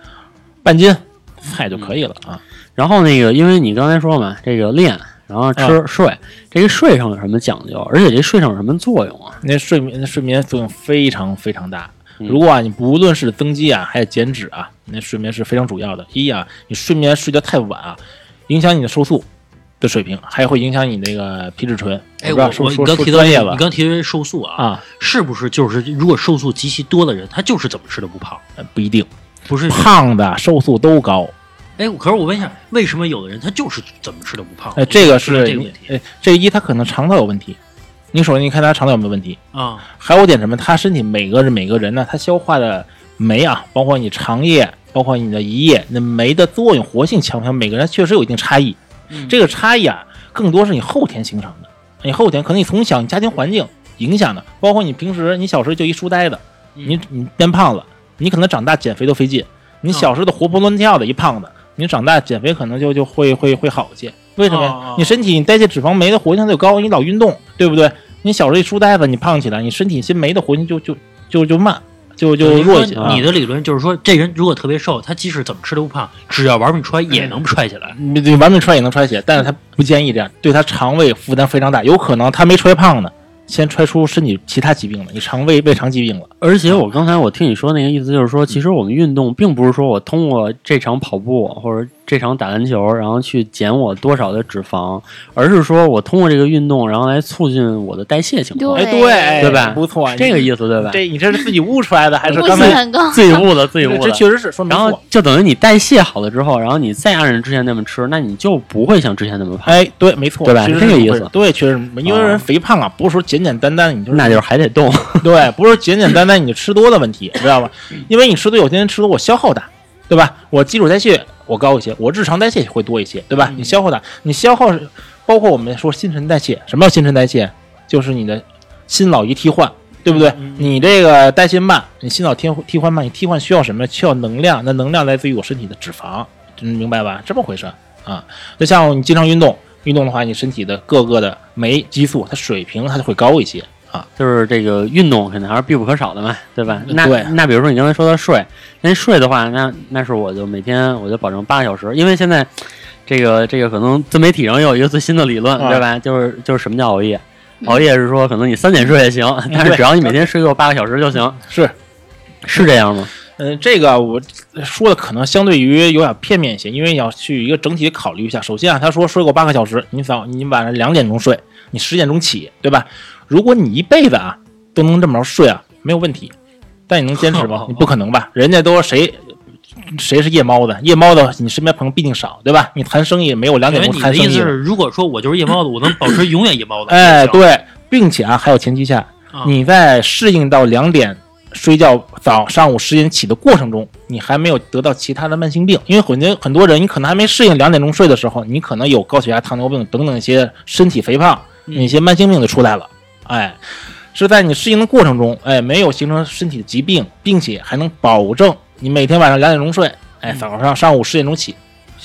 Speaker 5: 半斤菜就可以了啊。
Speaker 3: 然后那个，因为你刚才说嘛，这个练，然后吃、睡，这个睡上有什么讲究？而且这睡上有什么作用啊？
Speaker 5: 那睡眠那睡眠作用非常非常大。
Speaker 3: 嗯
Speaker 5: 如果啊，你不论是增肌啊，还是减脂啊，那睡眠是非常主要的。一啊，你睡眠睡得太晚啊，影响你的瘦素的水平，还会影响你那个皮质醇。
Speaker 2: 哎，
Speaker 5: 不知
Speaker 2: 我
Speaker 5: 道说
Speaker 2: 我你
Speaker 5: 说
Speaker 2: 刚
Speaker 5: 说
Speaker 2: 提到
Speaker 5: 专业
Speaker 2: 这个
Speaker 5: 了
Speaker 2: 你刚提到瘦素啊，
Speaker 5: 啊，
Speaker 2: 是不是就是如果瘦素极其多的人，他就是怎么吃都不胖？
Speaker 5: 呃不一定。
Speaker 2: 不 是？
Speaker 5: 胖的瘦素都高。
Speaker 2: 哎，可是我问一下，为什么有的人他就是怎么吃都不胖？
Speaker 5: 哎，这个
Speaker 2: 我
Speaker 5: 是
Speaker 2: 觉得这个问题
Speaker 5: 哎，这一他可能肠道有问题。你首先你看他肠道有没有问题，
Speaker 2: 啊，
Speaker 5: 还有点什么？他身体每个人每个人呢，他消化的酶啊，包括你肠液，包括你的胰液，那酶的作用活性强不强，每个人确实有一定差异。
Speaker 2: 嗯
Speaker 5: 这个差异啊，更多是你后天形成的。你后天可能你从小你家庭环境影响的，包括你平时你小时候就一书呆子，
Speaker 2: 嗯
Speaker 5: 你你变胖了，你可能长大减
Speaker 2: 嗯
Speaker 5: 肥都费劲。你小时候的活蹦乱跳的一胖子，你长大减肥可能就就会会会好一些。为什么
Speaker 2: 哦哦
Speaker 5: 呀？你身体你代谢脂肪酶的活性它就高，你老运动，对不对？你小时候一书呆子，你胖起来，你身体新酶的活性就就就就慢，就就弱一些。
Speaker 2: 你
Speaker 3: 啊
Speaker 2: 的理论就是说，这人如果特别瘦，他即使怎么吃都不胖，只要玩命揣
Speaker 5: 哎
Speaker 2: 也能揣起来。？
Speaker 5: 你这完美揣也能揣起来，但是他不建议这样，对他肠胃负担非常大，有可能他没揣胖呢，先揣出身体其他疾病了，你肠胃胃肠疾病了。
Speaker 3: 而且我刚才我听你说那个意思，就是说，其实我们运动并不是说我通过这场跑步或者这场打篮球，然后去减我多少的脂肪，而是说我通过这个运动，然后来促进我的代谢情况，
Speaker 5: 哎，
Speaker 6: 对
Speaker 5: 对，哎
Speaker 3: 对吧
Speaker 5: 不错，
Speaker 3: 是这个意思对吧？
Speaker 5: 这你这是自己悟出 来的，还是
Speaker 6: 悟
Speaker 5: 刚
Speaker 6: 性
Speaker 5: 才
Speaker 6: 很高。
Speaker 3: 自己悟的，自己
Speaker 5: 这
Speaker 3: 悟
Speaker 5: 这
Speaker 3: 的。
Speaker 5: 确实是说明
Speaker 3: 然后就等于你代谢好了之后，然后你再按照之前那么吃，那你就不会像之前那么胖，
Speaker 5: 哎，对，没错，
Speaker 3: 对吧
Speaker 5: 其实
Speaker 3: 这个
Speaker 5: 是
Speaker 3: 意
Speaker 5: 会
Speaker 3: 思
Speaker 5: 对，确实是，因为人肥胖啊，不是说简简单单你就是
Speaker 3: 那就是还得动。
Speaker 5: 对，不是简简单单你就吃多的问题，知道吧？因为你吃多，有些人吃多，我消耗大，对吧？我基础代谢我高一些，我日常代谢会多一些，对吧？你消耗大，你消耗是包括我们说新陈代谢，什么叫新陈代谢？就是你的新老一替换，对不对？你这个代谢慢，你新老替替换慢，你替换需要什么？需要能量，那能量来自于我身体的脂肪，你明白吧？这么回事儿啊？就像你经常运动，运动的话，你身体的各个的酶激素它水平它就会高一些啊。
Speaker 3: 就是这个运动肯定还是必不可少的嘛，对吧？
Speaker 5: 嗯
Speaker 3: 那
Speaker 5: 对
Speaker 3: 那比如说你刚才说到睡，那睡的话，那那是我就每天我就保证八个小时，因为现在这个这个可能自媒体上有一个最新的理论，
Speaker 5: 啊嗯
Speaker 3: 对吧？就是就是什么叫熬夜？熬夜是说可能你三点睡也行，但是
Speaker 5: 对嗯
Speaker 3: 只要你每天睡够八个小时就行，
Speaker 5: 是，
Speaker 3: 是这样吗？
Speaker 5: 嗯，这个我说的可能相对于有点片面一些，因为你要去一个整体考虑一下。首先啊，他说睡够八个小时，你早你晚上两点钟睡，你十点钟起，对吧？如果你一辈子啊都能这么着睡啊，没有问题。但你能坚持吗你不可能吧？人家都谁谁是夜猫子，夜猫子你身边朋友必定少，对吧？你谈生意没有两
Speaker 2: 因
Speaker 5: 点
Speaker 2: 为
Speaker 5: 钟
Speaker 2: 你
Speaker 5: 谈
Speaker 2: 的
Speaker 5: 生
Speaker 2: 意思
Speaker 5: 意，
Speaker 2: 是，如果说我就是夜猫子，我 能保持永远夜猫子。
Speaker 5: 哎，
Speaker 2: 就行，
Speaker 5: 对，并且啊还有前提下，
Speaker 2: 啊
Speaker 5: 你在适应到两点睡觉，早上午十点起的过程中，你还没有得到其他的慢性病，因为很多很多人，你可能还没适应两点钟睡的时候，你可能有高血压、糖尿病等等一些身体肥胖，一些慢性病就出来了。哎，是在你适应的过程中，哎，没有形成身体的疾病，并且还能保证你每天晚上两点钟睡，哎，早上上午十点钟起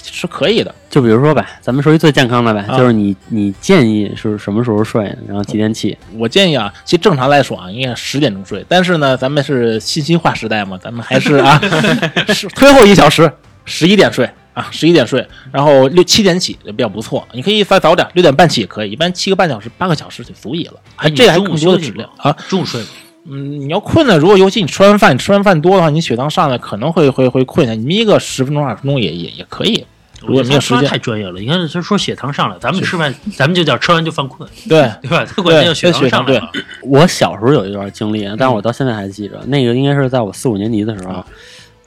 Speaker 5: 是可以的。
Speaker 3: 就比如说吧，咱们说一最健康的吧，
Speaker 5: 啊
Speaker 3: 就是你你建议是什么时候睡，然后几点起？
Speaker 5: 我建议啊，其实正常来说啊，应该十点钟睡，但是呢，咱们是信息化时代嘛，咱们还是 啊，是推后一小时，十一点睡啊，十一点睡，然后六七点起就比较不错。你可以再早点，六点半起也可以，一般七个半小时、八个小时就足以了，还
Speaker 2: 哎你
Speaker 5: 这个还
Speaker 2: 中午
Speaker 5: 更多的
Speaker 2: 休息
Speaker 5: 质量
Speaker 2: 吗
Speaker 5: 啊。
Speaker 2: 中午睡吧。
Speaker 5: 嗯，你要困了，如果尤其你吃完饭，你吃完饭多的话，你血糖上来可能会会会困下，你眯个十分钟、二十分钟也也也可以。如果没有时
Speaker 2: 他
Speaker 5: 间
Speaker 2: 太，专业了，你看他说血糖上来，咱们吃饭，咱们就叫吃完就犯困，
Speaker 5: 对，
Speaker 2: 对吧？他管那叫血糖上来了。
Speaker 3: 我小时候有一段经历，但是我到现在还记着，那个应该是在我四五年级的时候，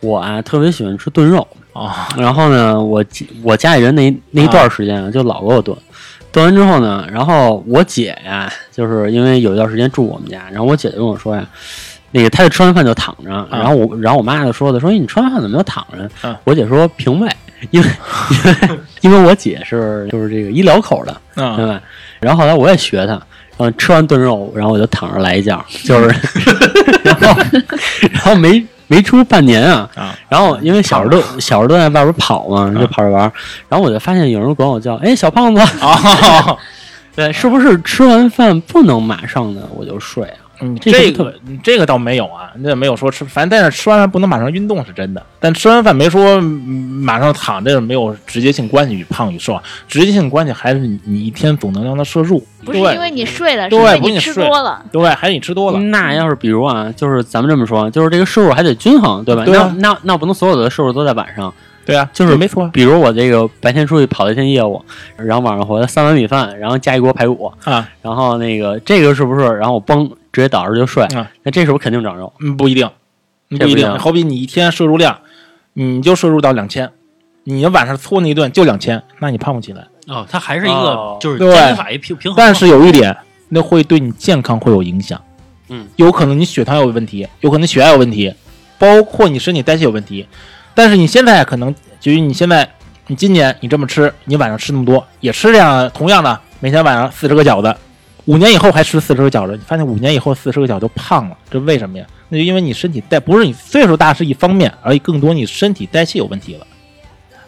Speaker 3: 我啊特别喜欢吃炖肉，
Speaker 5: 啊，
Speaker 3: 然后呢，我家我家里人那那一段时间啊，就老给我炖，炖完之后呢，然后我姐呀，就是因为有一段时间住我们家，然后我姐就跟我说呀。那个，她就吃完饭就躺着，然后我，然后我妈就说的，说哎你吃完饭怎么就躺着？
Speaker 5: 嗯
Speaker 3: 我姐说平胃，因为因为因为我姐是就是这个医疗口的，对
Speaker 5: 嗯，
Speaker 3: 吧？然后后来我也学他，嗯，吃完炖肉，然后我就躺着来一觉，就是，然 后然后没没出半年啊，
Speaker 5: 啊
Speaker 3: 然后因为小时候都小时候都在外边跑嘛，就跑着玩儿，然后我就发现有人管我叫，哎，小胖 子，
Speaker 5: 啊，
Speaker 3: 对，是不是吃完饭不能马上的我就睡啊？
Speaker 5: 嗯，
Speaker 3: 这
Speaker 5: 这
Speaker 3: 是特
Speaker 5: 个嗯这个倒没有啊，那没有说吃，反正但是吃完饭不能马上运动是真的，但吃完饭没说嗯马上躺着没有直接性关系与胖与瘦啊，直接性关系还是你你一天总能量的摄入，
Speaker 6: 不是因
Speaker 5: 对
Speaker 6: 为你睡了，是
Speaker 5: 对
Speaker 6: 因为
Speaker 5: 不是
Speaker 6: 你
Speaker 5: 你
Speaker 6: 吃
Speaker 5: 睡
Speaker 6: 多了。
Speaker 5: 对，还是你吃多了，
Speaker 3: 那要是比如啊，就是咱们这么说，就是这个摄入还得均衡，对吧？
Speaker 5: 对啊
Speaker 3: 那那那不能所有的摄入都在晚上，
Speaker 5: 对啊，
Speaker 3: 就是
Speaker 5: 没错
Speaker 3: 比如我这个白天出去跑了一天业务，然后晚上回来三碗米饭，然后加一锅排骨，
Speaker 5: 啊，
Speaker 3: 然后那个这个是不是？然后我崩直接倒着就睡，
Speaker 5: 嗯
Speaker 3: 那这时候肯定长肉。
Speaker 5: 嗯，不一定，嗯不
Speaker 3: 这不
Speaker 5: 一
Speaker 3: 一
Speaker 5: 定，
Speaker 3: 样
Speaker 5: 好比你一天摄入量，你就摄入到两千，你晚上搓那一顿就两千，那你胖不起来，
Speaker 2: 哦，他还是一个
Speaker 3: 哦
Speaker 2: 就是
Speaker 5: 对
Speaker 2: 减法一平平衡嘛。
Speaker 5: 但是有一点，那会对你健康会有影响。
Speaker 3: 嗯，
Speaker 5: 有可能你血糖有问题，有可能血压有问题，包括你身体代谢有问题。但是你现在可能，由于你现在，你今年你这么吃，你晚上吃那么多，也吃这样同样的，每天晚上四十个饺子，五年以后还吃四十个饺子，你发现五年以后四十个饺子都胖了，这为什么呀？那就因为你身体代不是你岁数大是一方面，而更多你身体代谢有问题了。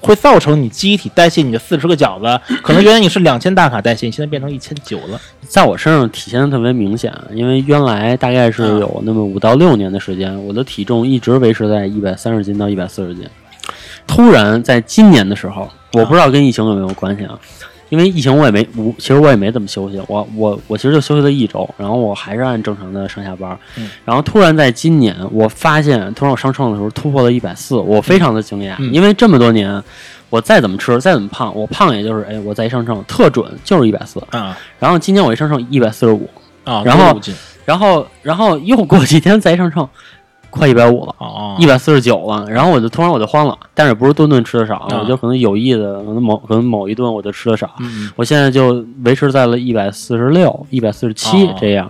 Speaker 5: 会造成你机体代谢你的四十个饺子，可能原来你是两千大卡代谢，你现在变成一千九了。
Speaker 3: 在我身上体现的特别明显，因为原来大概
Speaker 5: 嗯
Speaker 3: 是有那么五到六年的时间，我的体重一直维持在一百三十斤到一百四十斤。突然在今年的时候，我不知道跟疫情有没有关系啊，因为疫情我也没我其实我也没怎么休息，我我我其实就休息了一周，然后我还是按正常的上下班，
Speaker 5: 嗯
Speaker 3: 然后突然在今年我发现，突然我上秤的时候突破了一百四，我非常的惊讶，
Speaker 5: 嗯
Speaker 3: 因为这么多年我再怎么吃再怎么胖，我胖也就是哎我再一上秤特准就是一百四，
Speaker 5: 啊
Speaker 3: 然后今年我一上秤一百四十五，
Speaker 5: 啊
Speaker 3: 然后
Speaker 5: 多五斤
Speaker 3: 然后然后又过几天再一上秤，快一百五了，
Speaker 5: 哦，
Speaker 3: 一百四十九了。然后我就突然我就慌了，但是不是顿顿吃的少，
Speaker 5: 啊
Speaker 3: 我就可能有意的，可能某可能某一顿我就吃的少。
Speaker 5: 嗯
Speaker 3: 我现在就维持在了一百四十六、一百四十七
Speaker 5: 哦
Speaker 3: 这样。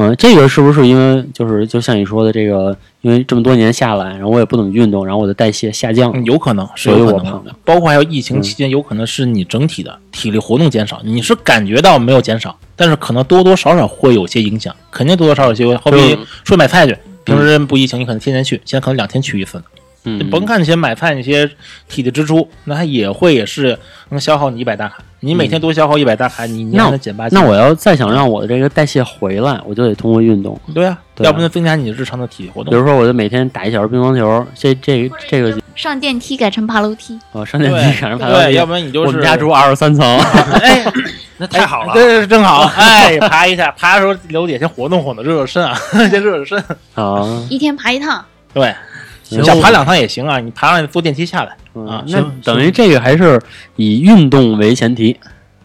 Speaker 3: 嗯，这个是不是因为就是就像你说的这个，因为这么多年下来，然后我也不怎么运动，然后我的代谢下降了
Speaker 5: 嗯，有可能是
Speaker 3: 所以
Speaker 5: 有
Speaker 3: 我嗯
Speaker 5: 可能
Speaker 3: 胖
Speaker 5: 的
Speaker 3: 了，
Speaker 5: 包括还有疫情期间，有可能是你整体的体力活动减少，你是感觉到没有减少，但是可能多多少少会有些影响，肯定多多少少有些。好比
Speaker 3: 嗯
Speaker 5: 说买菜去，平时不疫情，你可能天天去，现在可能两天去一次呢。
Speaker 3: 嗯
Speaker 5: 你，甭看那些买菜那些体力支出，那它也会也是能消耗你一百大卡。你每天多消耗一百大卡，你你还能减八斤
Speaker 3: 嗯那我要再想让我的这个代谢回来，我就得通过运动，
Speaker 5: 对啊，
Speaker 3: 对啊
Speaker 5: 要不就增加你日常的体力活
Speaker 3: 比
Speaker 5: 动。
Speaker 3: 如说我就每天打一小时乒乓球，这这这个
Speaker 6: 上电梯改成爬楼梯，
Speaker 3: 哦，上电梯赶上爬楼
Speaker 5: 对，
Speaker 3: 梯
Speaker 5: 要不然你就是
Speaker 3: 我们家住二十三层，
Speaker 5: 哎，
Speaker 2: 那太好了。
Speaker 5: 对对，对 正好，哎，爬一下，爬的时候刘姐先活动活动，热热身啊， 先热热身。
Speaker 3: 啊，
Speaker 6: 一天爬一趟。
Speaker 5: 对，
Speaker 3: 行
Speaker 5: 你想爬两趟也行啊，你爬上坐电梯下来。啊
Speaker 3: 嗯那
Speaker 5: 行
Speaker 3: 等于这个还是以运动为前提，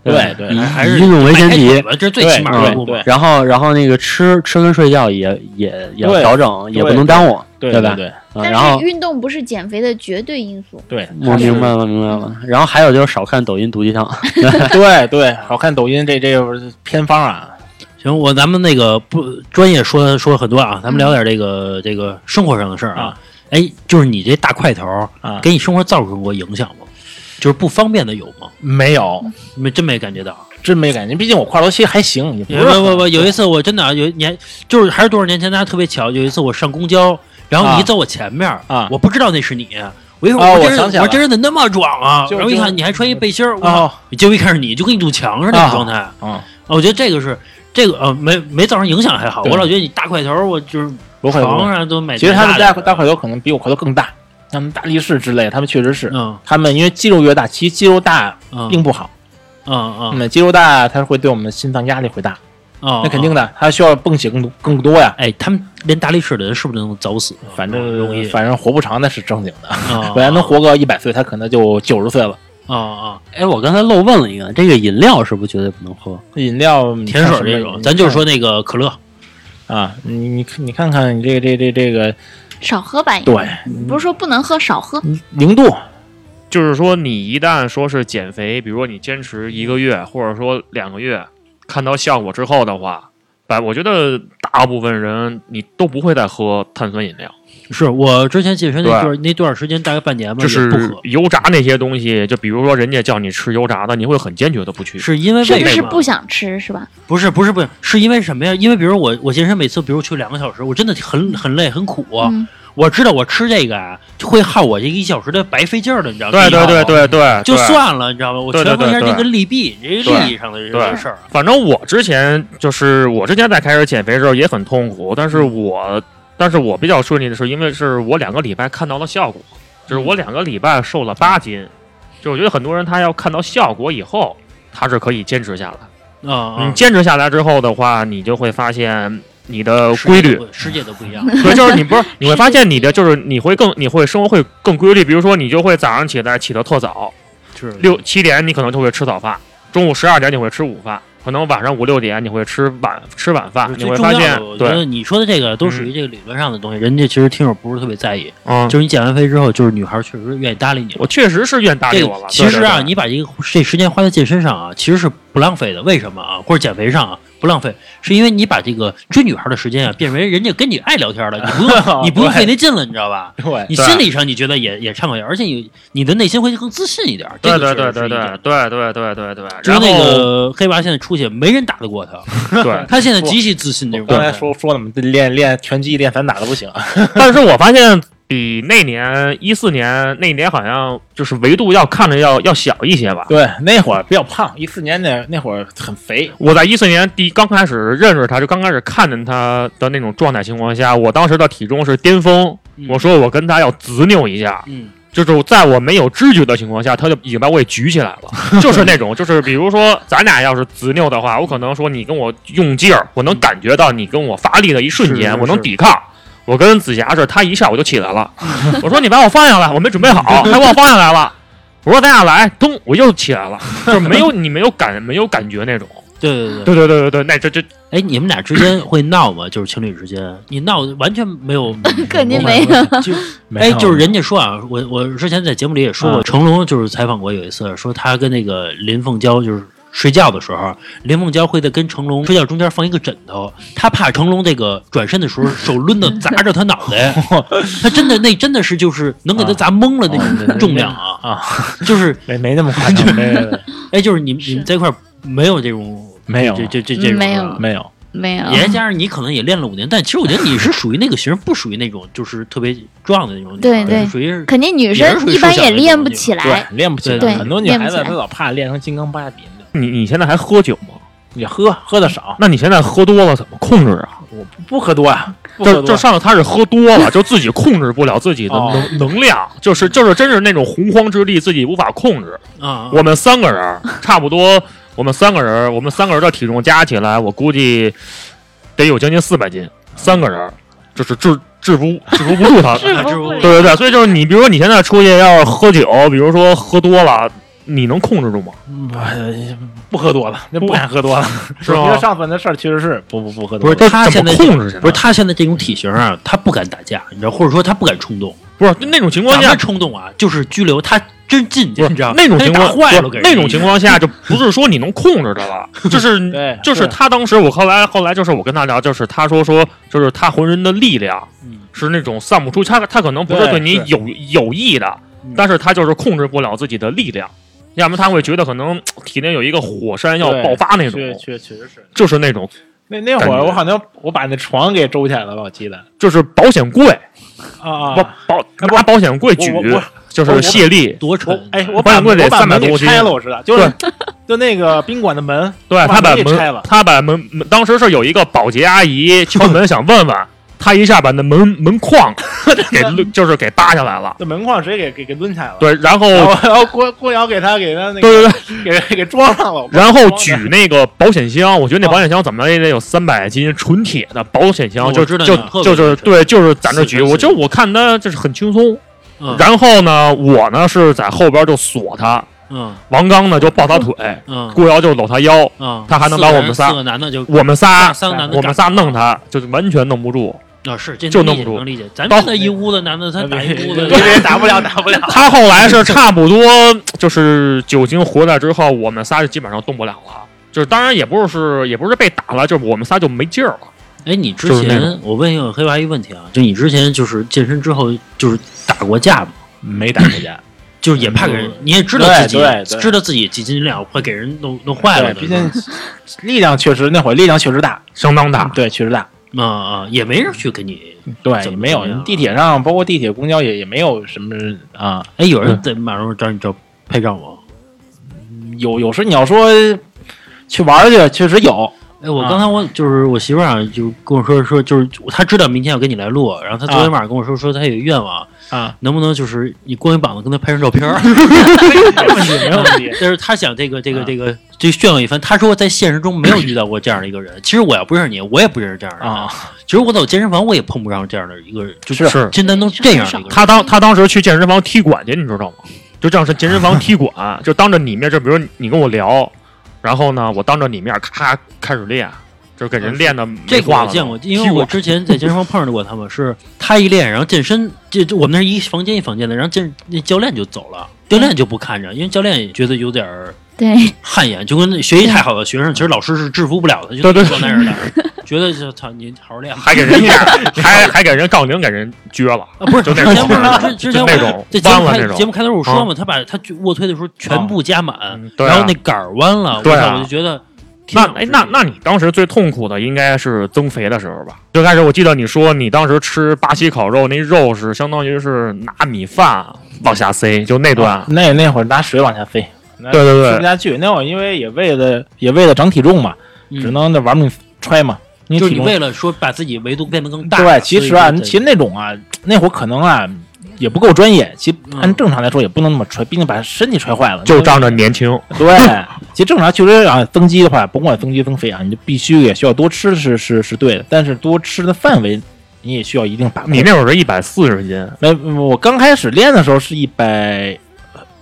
Speaker 5: 对
Speaker 3: 吧
Speaker 5: 对
Speaker 3: 以
Speaker 2: 还是
Speaker 3: 以运动为前
Speaker 2: 哎
Speaker 3: 提，
Speaker 2: 哎这是最起码的
Speaker 5: 对
Speaker 2: 一步嘛。
Speaker 5: 对
Speaker 3: 然后然后那个吃吃跟睡觉也也也要
Speaker 5: 对
Speaker 3: 调整，也
Speaker 5: 对
Speaker 3: 不能耽误，
Speaker 5: 对
Speaker 3: 吧？
Speaker 5: 对
Speaker 3: 啊，然
Speaker 6: 但
Speaker 3: 后
Speaker 6: 是运动不是减肥的绝对因素。
Speaker 5: 对，
Speaker 3: 我明白了明白了，然后还有就是少看抖音毒鸡汤，
Speaker 5: 对对，好看抖音这这偏方啊，
Speaker 2: 行，我咱们那个不专业说说很多啊，咱们聊点这个、这个生活上的事儿啊
Speaker 5: 嗯啊。
Speaker 2: 哎，就是你这大块头儿
Speaker 5: 啊
Speaker 2: 给你生活造成过影响吗？就是不方便的有吗？
Speaker 5: 没有，
Speaker 2: 你们真没感觉到啊？
Speaker 5: 真没感觉。毕竟我跨楼期还行，也不
Speaker 2: 不
Speaker 5: 是
Speaker 2: 不不，有一次我真的啊有一年，就是还是多少年前，大家特别巧，有一次我上公交，然后
Speaker 5: 啊
Speaker 2: 你一走我前面儿
Speaker 5: 啊
Speaker 2: 我不知道那是你，我一会儿
Speaker 5: 啊
Speaker 2: 我
Speaker 5: 我
Speaker 2: 这人
Speaker 5: 想起
Speaker 2: 我
Speaker 5: 来
Speaker 2: 说这人怎么那么壮啊？
Speaker 5: 就
Speaker 2: 然后一
Speaker 5: 就
Speaker 2: 看你还穿一背心儿，我靠
Speaker 5: 哦，
Speaker 2: 结果一看是你，就跟一堵墙似的那
Speaker 5: 啊
Speaker 2: 种状态啊
Speaker 5: 啊，
Speaker 2: 我觉得这个是这个呃没没造成影响还好，
Speaker 5: 对
Speaker 2: 我老觉得你大块头儿，我就是
Speaker 5: 有可
Speaker 2: 床
Speaker 5: 能。
Speaker 2: 上都买
Speaker 5: 其实
Speaker 2: 挺
Speaker 5: 他们
Speaker 2: 大
Speaker 5: 大
Speaker 2: 的
Speaker 5: 大块头可能比我块头更大，他们大力士之类的，他们确实是，
Speaker 2: 嗯
Speaker 5: 他们因为肌肉越大，其实肌肉大
Speaker 2: 嗯
Speaker 5: 并不好。
Speaker 2: 嗯嗯
Speaker 5: 嗯，肌肉大，它会对我们的心脏压力会大，
Speaker 2: 嗯，
Speaker 5: 那肯定的，它需要泵血更多更多呀。
Speaker 2: 哎，他们练大力士的人是不是能早死？啊
Speaker 5: 反正
Speaker 2: 容易，
Speaker 5: 反正活不长那是正经的。
Speaker 2: 啊
Speaker 5: 本来能活个一百岁，他可能就九十岁了。
Speaker 2: 啊啊，
Speaker 3: 哎，我刚才漏问了一个，这个饮料是不是绝对不能喝？
Speaker 5: 饮料、
Speaker 2: 甜水儿这种，咱就是说那个可乐，
Speaker 5: 啊，你你你看看你这个这这这个，
Speaker 6: 少喝吧，
Speaker 5: 对，
Speaker 6: 不是说不能喝，少喝。
Speaker 5: 零度
Speaker 7: 就是说，你一旦说是减肥，比如说你坚持一个月，或者说两个月，看到效果之后的话，百我觉得大部分人你都不会再喝碳酸饮料，
Speaker 2: 是我之前健身那
Speaker 7: 对
Speaker 2: 段那段时间，大概半年吧，
Speaker 7: 就
Speaker 2: 也
Speaker 7: 是
Speaker 2: 不喝，
Speaker 7: 油炸那些东西，就比如说人家叫你吃油炸的，你会很坚决的不去。
Speaker 2: 是因为
Speaker 6: 甚
Speaker 2: 为
Speaker 6: 至
Speaker 2: 什
Speaker 6: 是
Speaker 2: 么？
Speaker 6: 不想吃，是吧？
Speaker 2: 不是不是不是，是因为什么呀？因为比如我我健身每次，比如去两个小时，我真的很很累很苦。啊
Speaker 6: 嗯，，
Speaker 2: 我知道我吃这个啊，就会耗我这一小时的白费劲儿的，你知道吗？
Speaker 7: 对对对对对，
Speaker 2: 就
Speaker 7: 对
Speaker 2: 算了，你知道吗？我
Speaker 7: 对
Speaker 2: 权
Speaker 7: 对
Speaker 2: 衡一下
Speaker 7: 对
Speaker 2: 这个
Speaker 7: 对
Speaker 2: 利弊，这个利益上的这个事儿啊。
Speaker 7: 反正我之前就是我之前在开始减肥的时候也很痛苦，但是我但是我比较顺利的是，因为是我两个礼拜看到了效果，就是我两个礼拜瘦了八斤，就我觉得很多人他要看到效果以后，他是可以坚持下来。
Speaker 2: 啊
Speaker 7: 你
Speaker 2: 啊，
Speaker 7: 坚持下来之后的话，你就会发现你的
Speaker 2: 世界
Speaker 7: 规
Speaker 2: 都
Speaker 7: 律嗯
Speaker 2: 不，世界都不一样。
Speaker 7: 对，就是你不是你会发现你的就是你会更你会生活会更规律，比如说你就会早上起来起得特早，
Speaker 2: 是
Speaker 7: 六七点你可能就会吃早饭，中午十二点你会吃午饭，可能晚上五六点你会吃晚吃晚饭，啊你
Speaker 2: 最
Speaker 7: 会
Speaker 2: 重
Speaker 7: 发
Speaker 2: 要
Speaker 7: 现
Speaker 2: 的，我觉得
Speaker 7: 对，
Speaker 2: 你说的这个都属于这个理论上的东西，人家其实听友不是特别在意。
Speaker 7: 嗯，
Speaker 2: 就是你减完肥之后，就是女孩确实愿意搭理你了。
Speaker 7: 我确实是愿搭理
Speaker 2: 这
Speaker 7: 我
Speaker 2: 个
Speaker 7: 了。
Speaker 2: 其实啊，
Speaker 7: 对对对
Speaker 2: 你把这个这时间花在健身上啊，其实是不浪费的。为什么啊？或者减肥上啊，不浪费，是因为你把这个追女孩的时间啊，变为人家跟你爱聊天了，你不 用你不用费那劲了，你知道吧？
Speaker 5: 对
Speaker 2: 你心理上你觉得也也畅快点，而且你你的内心会更自信一点。这
Speaker 7: 对
Speaker 2: 个
Speaker 7: 对
Speaker 2: 确实是
Speaker 7: 对对
Speaker 2: 一
Speaker 7: 对
Speaker 2: 点。
Speaker 7: 对对对对对，
Speaker 2: 就是
Speaker 7: 然
Speaker 2: 那
Speaker 7: 后
Speaker 2: 个黑娃现在出去，没人打得过他，
Speaker 7: 对，
Speaker 2: 他现在极其自信那种
Speaker 5: 刚
Speaker 2: 状态。
Speaker 5: 才说说了嘛，练练拳击练散打都不行啊。
Speaker 7: 但是我发现。比那年一四年那年好像就是维度要看着要要小一些吧。
Speaker 5: 对，那会儿比较胖，一四年那那会儿很肥，
Speaker 7: 我在一四年第一刚开始认识他，就刚开始看见他的那种状态情况下，我当时的体重是巅峰，
Speaker 3: 嗯
Speaker 7: 我说我跟他要执拗一下，
Speaker 2: 嗯，
Speaker 7: 就是在我没有知觉的情况下，他就已经把我给举起来 了，就是那种，就是比如说咱俩要是执拗的话，我可能说你跟我用劲儿，我能感觉到你跟我发力的一瞬间，
Speaker 3: 是是
Speaker 7: 我能抵抗。我跟紫霞是，他一下我就起 来了，我说你把我放下来，我没准备好，还把我放下来了。我说咱俩来，咚，我又起来了，就是没有你没有感没有感觉那种。
Speaker 2: 对对对。
Speaker 7: 对对对对对，那这这
Speaker 2: 哎，你们俩之 间会闹吗？就是情侣之间，你闹完全没有
Speaker 6: 肯定没有
Speaker 2: 就
Speaker 5: 没
Speaker 2: 哎，
Speaker 5: 有
Speaker 2: 就是人家说啊，我我之前在节目里也说过，
Speaker 5: 嗯
Speaker 2: 成龙就是采访过有一次，说他跟那个林凤娇就是睡觉的时候，林凤娇会在跟成龙睡觉中间放一个枕头，他怕成龙这个转身的 时候手抡的砸着他脑袋，他真的那真的是就是能给他砸懵了
Speaker 5: 哦
Speaker 2: 那种重量啊
Speaker 5: 啊，
Speaker 2: 就是
Speaker 5: 没没那么夸 张，没没
Speaker 2: 哎，就是你们你们在一块儿没有这种
Speaker 5: 没有
Speaker 2: 这这这这种
Speaker 6: 嗯没有
Speaker 2: 啊
Speaker 5: 没有，
Speaker 6: 没有，
Speaker 2: 也加上你可能也练了五年，但其实我觉得你是属于那个型，不属于那种就是特别壮的那种女孩，
Speaker 6: 对对
Speaker 2: 属于是
Speaker 6: 肯定女生一般也练不起
Speaker 5: 哎对
Speaker 6: 来，，
Speaker 5: 练不起
Speaker 2: 对
Speaker 5: 来，很多女孩
Speaker 6: 练不
Speaker 5: 子
Speaker 6: 起来
Speaker 5: 她老怕练成金刚芭比，
Speaker 7: 你你现在还喝酒吗？
Speaker 5: 也喝喝的少，
Speaker 7: 那你现在喝多了怎么控制啊？
Speaker 5: 我不不喝多啊，不喝
Speaker 7: 就
Speaker 5: 多
Speaker 7: 就上次他是喝多了，就自己控制不了自己的能、
Speaker 5: 哦
Speaker 7: 能量，就是就是真是那种洪荒之力自己无法控制。
Speaker 2: 啊，
Speaker 5: 哦
Speaker 7: 我们三个人儿差不多，我们三个人儿，我们三个人的体重加起来，我估计得有将近四百斤，三个人儿就是制制服制服不 住他，
Speaker 6: 制服
Speaker 2: 制服
Speaker 6: 不
Speaker 2: 不
Speaker 6: 了
Speaker 7: 对对对，所以就是你，比如说你现在出去要是喝酒，比如说喝多了，你能控制住吗？
Speaker 5: 我不喝多了，那不敢喝多了，
Speaker 7: 是
Speaker 5: 我觉得
Speaker 7: 吗？
Speaker 5: 上次那事儿确实是不不不喝
Speaker 2: 不
Speaker 5: 多
Speaker 2: 是
Speaker 5: 了，
Speaker 2: 他
Speaker 7: 怎
Speaker 2: 现
Speaker 7: 么
Speaker 2: 在
Speaker 7: 控制现在
Speaker 2: 不是他现在这种体型啊，他不敢打架，你知道，或者说他不敢冲动。
Speaker 7: 不是那种情况
Speaker 2: 咱
Speaker 7: 下
Speaker 2: 们，冲动啊，就是拘留，他真进去，
Speaker 7: 不是
Speaker 2: 你知道
Speaker 7: 那种情况
Speaker 2: 他打坏了
Speaker 7: 不
Speaker 2: 给
Speaker 7: 是
Speaker 2: 人，
Speaker 7: 那种情况下就不是说你能控制的 了，就是
Speaker 5: 对，
Speaker 7: 就是他当时我后来后来就是我跟他聊，就是他说说就是他浑身的力量
Speaker 2: 嗯
Speaker 7: 是那种散不出，他他可能不是
Speaker 5: 对
Speaker 7: 对你
Speaker 5: 对
Speaker 7: 有有意的
Speaker 2: 嗯，
Speaker 7: 但是他就是控制不了自己的力量，要么他会觉得可能体内有一个火山要
Speaker 5: 对
Speaker 7: 爆发那种，
Speaker 5: 确确确实是，
Speaker 7: 就是那种
Speaker 5: 那那会
Speaker 7: 感
Speaker 5: 儿
Speaker 7: 觉
Speaker 5: 我好像我把那床给周起来了吧，我记得
Speaker 7: 就是保险柜
Speaker 5: 啊
Speaker 7: 不
Speaker 5: 啊，
Speaker 7: 保
Speaker 5: 那不
Speaker 7: 拿保险柜举
Speaker 5: 我我我
Speaker 7: 就是
Speaker 5: 我我
Speaker 7: 卸力，
Speaker 2: 多
Speaker 5: 我
Speaker 2: 沉。
Speaker 5: 哎，我
Speaker 7: 保
Speaker 5: 把
Speaker 7: 险柜得
Speaker 5: 我把门
Speaker 7: 300
Speaker 5: 给
Speaker 7: 多斤
Speaker 5: 拆了，我知道，就是就那个宾馆的门，
Speaker 7: 对他把
Speaker 5: 门给拆
Speaker 7: 门
Speaker 5: 了，
Speaker 7: 他把门门，当时是有一个保洁阿姨敲门想问问，他一下把那门门框给抡就是给扒下来了。
Speaker 5: 这门框直接给给给抡开了。
Speaker 7: 对，然后
Speaker 5: 然后，然后郭郭瑶给他给他那
Speaker 7: 对
Speaker 5: 个
Speaker 7: 对对，
Speaker 5: 给给装上了，
Speaker 7: 然后
Speaker 5: 装
Speaker 7: 举
Speaker 5: 上了
Speaker 7: 那个保险箱，我觉得那保险箱怎么也得有三百斤纯铁的保险箱，
Speaker 2: 我
Speaker 7: 就
Speaker 2: 知道
Speaker 7: 就
Speaker 2: 那特别
Speaker 7: 就是
Speaker 2: 是
Speaker 7: 对，就是咱这
Speaker 2: 四
Speaker 7: 举，
Speaker 2: 分四
Speaker 7: 我就我看他就是很轻松。
Speaker 2: 嗯
Speaker 7: 然后呢，我呢是在后边就锁他，
Speaker 2: 嗯
Speaker 7: 王刚呢就抱他腿，
Speaker 2: 嗯
Speaker 7: 郭瑶就搂他腰，
Speaker 2: 嗯，
Speaker 7: 他还能
Speaker 2: 四
Speaker 7: 把
Speaker 2: 个
Speaker 7: 我
Speaker 2: 人
Speaker 7: 们仨
Speaker 2: 四个男的就
Speaker 7: 我们仨
Speaker 2: 三个男的
Speaker 7: 我们仨弄他，就是完全弄不住。
Speaker 2: 啊是这
Speaker 7: 就
Speaker 2: 能理解
Speaker 7: 弄不住
Speaker 2: 能理解，咱
Speaker 7: 到
Speaker 2: 们现在一屋子男的他打一屋 子，
Speaker 5: 因为打不了打不了。
Speaker 7: 他后来是差不多就是酒精回来之后，我们仨就基本上动不了了。就是当然也不是也不是被打了，就是我们仨就没劲儿了。
Speaker 2: 哎，你之
Speaker 7: 就是那
Speaker 2: 前我问一个黑娃一个问题啊，就你之前就是健身之后就是打过架吗？
Speaker 5: 没打过架，
Speaker 2: 就是也怕给人，你也知道
Speaker 5: 对
Speaker 2: 自己
Speaker 5: 对对
Speaker 2: 知道自己几斤两会给人弄弄坏了 的，
Speaker 5: 对，毕竟 力量确实那会儿力量确实大，
Speaker 7: 相当大。
Speaker 5: 对，确实大，
Speaker 2: 啊啊也没人去跟你。
Speaker 5: 对，
Speaker 2: 怎么
Speaker 5: 没
Speaker 2: 怎么
Speaker 5: 有
Speaker 2: 样
Speaker 5: 地铁上，包括地铁、公交也也没有什么啊，
Speaker 2: 哎，有人在马路上找你照拍照吗？
Speaker 5: 有有时你要说去玩儿去，确实有，
Speaker 2: 哎，我
Speaker 5: 啊
Speaker 2: 刚才我就是我媳妇儿啊，就跟我说说，就是她知道明天要跟你来录，然后她昨天晚上跟我说说她有一愿望
Speaker 5: 啊，
Speaker 2: 能不能就是你光一膀子跟她拍张照片儿？
Speaker 5: 没 问题，没问题。
Speaker 2: 但是她想这个这
Speaker 7: 嗯
Speaker 2: 个这个这炫耀一番。她说在现实中没有遇到过这样的一个人。其实我要不认识你，我也不认识这样的人。
Speaker 5: 啊，
Speaker 2: 其实我走健身房我也碰不上这样的一个人，就是
Speaker 7: 是
Speaker 2: 真的能这样的一个人。
Speaker 7: 他当他当时去健身房踢馆去，你知道吗？就这样是健身房踢馆， 就当着你面，就比如你跟我聊，然后呢，我当着你面咔开始练，就是给人练的
Speaker 2: 嗯这
Speaker 7: 没
Speaker 2: 个
Speaker 7: 话
Speaker 2: 我
Speaker 7: 了。
Speaker 2: 见过，因为我之前在健身房碰上过他们，是他一练，然后健身，这这我们那是一房间一房间的，然后健那教练就走了，教练就不看着，因为教练也觉得有点儿
Speaker 6: 对，
Speaker 2: 汗颜，就跟那学习太好的学生，其实老师是制服不了的，就
Speaker 7: 对对
Speaker 2: 坐那儿的，觉得就操你好好练。
Speaker 7: 还给人 一下，还还给人杠铃给人撅了，
Speaker 2: 啊，不是，
Speaker 7: 就
Speaker 2: 之
Speaker 7: 那种
Speaker 2: 前不是之前
Speaker 7: 就那种
Speaker 2: 这节目
Speaker 7: 弯了
Speaker 2: 开
Speaker 7: 那种啊
Speaker 2: 节目开头我说嘛，他把他就卧推的时候全部加满
Speaker 7: 嗯，对啊
Speaker 2: 然后那杆儿弯了，
Speaker 7: 对啊
Speaker 2: 我操我就觉得
Speaker 7: 那哎，那那你当时最痛苦的应该是增肥的时候吧？最开始我记得你说你当时吃巴西烤肉，那肉是相当于是拿米饭往下塞，就那段。
Speaker 5: 那那会儿拿水往下飞，对
Speaker 7: 对啊对
Speaker 5: 吃不下啊去。那会儿因为也为了也为了长体重嘛，只能那玩命揣嘛。你
Speaker 2: 嗯就是
Speaker 5: 体
Speaker 2: 你
Speaker 5: 重
Speaker 2: 为了说把自己维度变得更大，
Speaker 5: 对，其实啊，
Speaker 2: 所以就
Speaker 5: 其实那种啊，那会儿可能啊也不够专业，其实
Speaker 2: 嗯
Speaker 5: 按正常来说也不能那么揣，毕竟把身体揣坏了。
Speaker 7: 就仗着年轻，
Speaker 5: 对，其实正常确实啊，增肌的话，甭管增肌增肥啊，你就必须也需要多吃是是是对的，但是多吃的范围你也需要一定把控。
Speaker 7: 你那会儿是一百四十斤，
Speaker 5: 没我刚开始练的时候是一百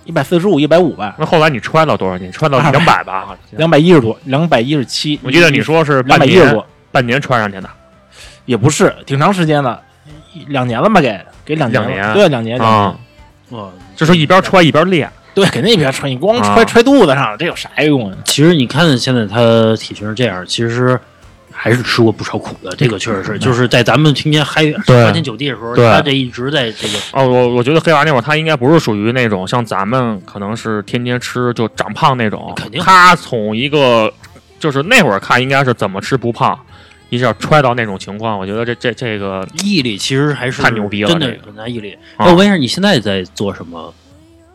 Speaker 5: 一百四十五一百五吧，
Speaker 7: 那后来你穿到多少斤？穿到两百吧？好像
Speaker 5: 两百一十多，两百一十七。
Speaker 7: 嗯我记得你说是
Speaker 5: 两
Speaker 7: 半
Speaker 5: 百一十
Speaker 7: 年，
Speaker 5: 多，
Speaker 7: 半年穿上去的。
Speaker 5: 也不是挺长时间了，一两年了吧？给给两年了，
Speaker 7: 两年
Speaker 5: 对，两年两年
Speaker 7: 啊，
Speaker 2: 哇，
Speaker 7: 就是一边穿一边练，
Speaker 5: 对，肯定别穿，你光
Speaker 7: 啊
Speaker 5: 揣揣肚子上了，这有啥用啊？
Speaker 2: 其实你看现在他体型是这样，其实还是吃过不少苦的。这个确实是，就是在咱们天天嗨
Speaker 7: 嗯对
Speaker 2: 花天酒地的时候，
Speaker 7: 对
Speaker 2: 他这一直在这个
Speaker 7: 哦，我我觉得黑娃那会儿他应该不是属于那种像咱们可能是天天吃就长胖那种，
Speaker 2: 肯定
Speaker 7: 他从一个就是那会儿看应该是怎么吃不胖，一下揣到那种情况，我觉得这这这个
Speaker 2: 毅力，其实还是
Speaker 7: 太牛逼了
Speaker 2: 真的
Speaker 7: 这个
Speaker 2: 很大毅力。
Speaker 7: 啊
Speaker 2: 哎，我问一下，你现在在做什么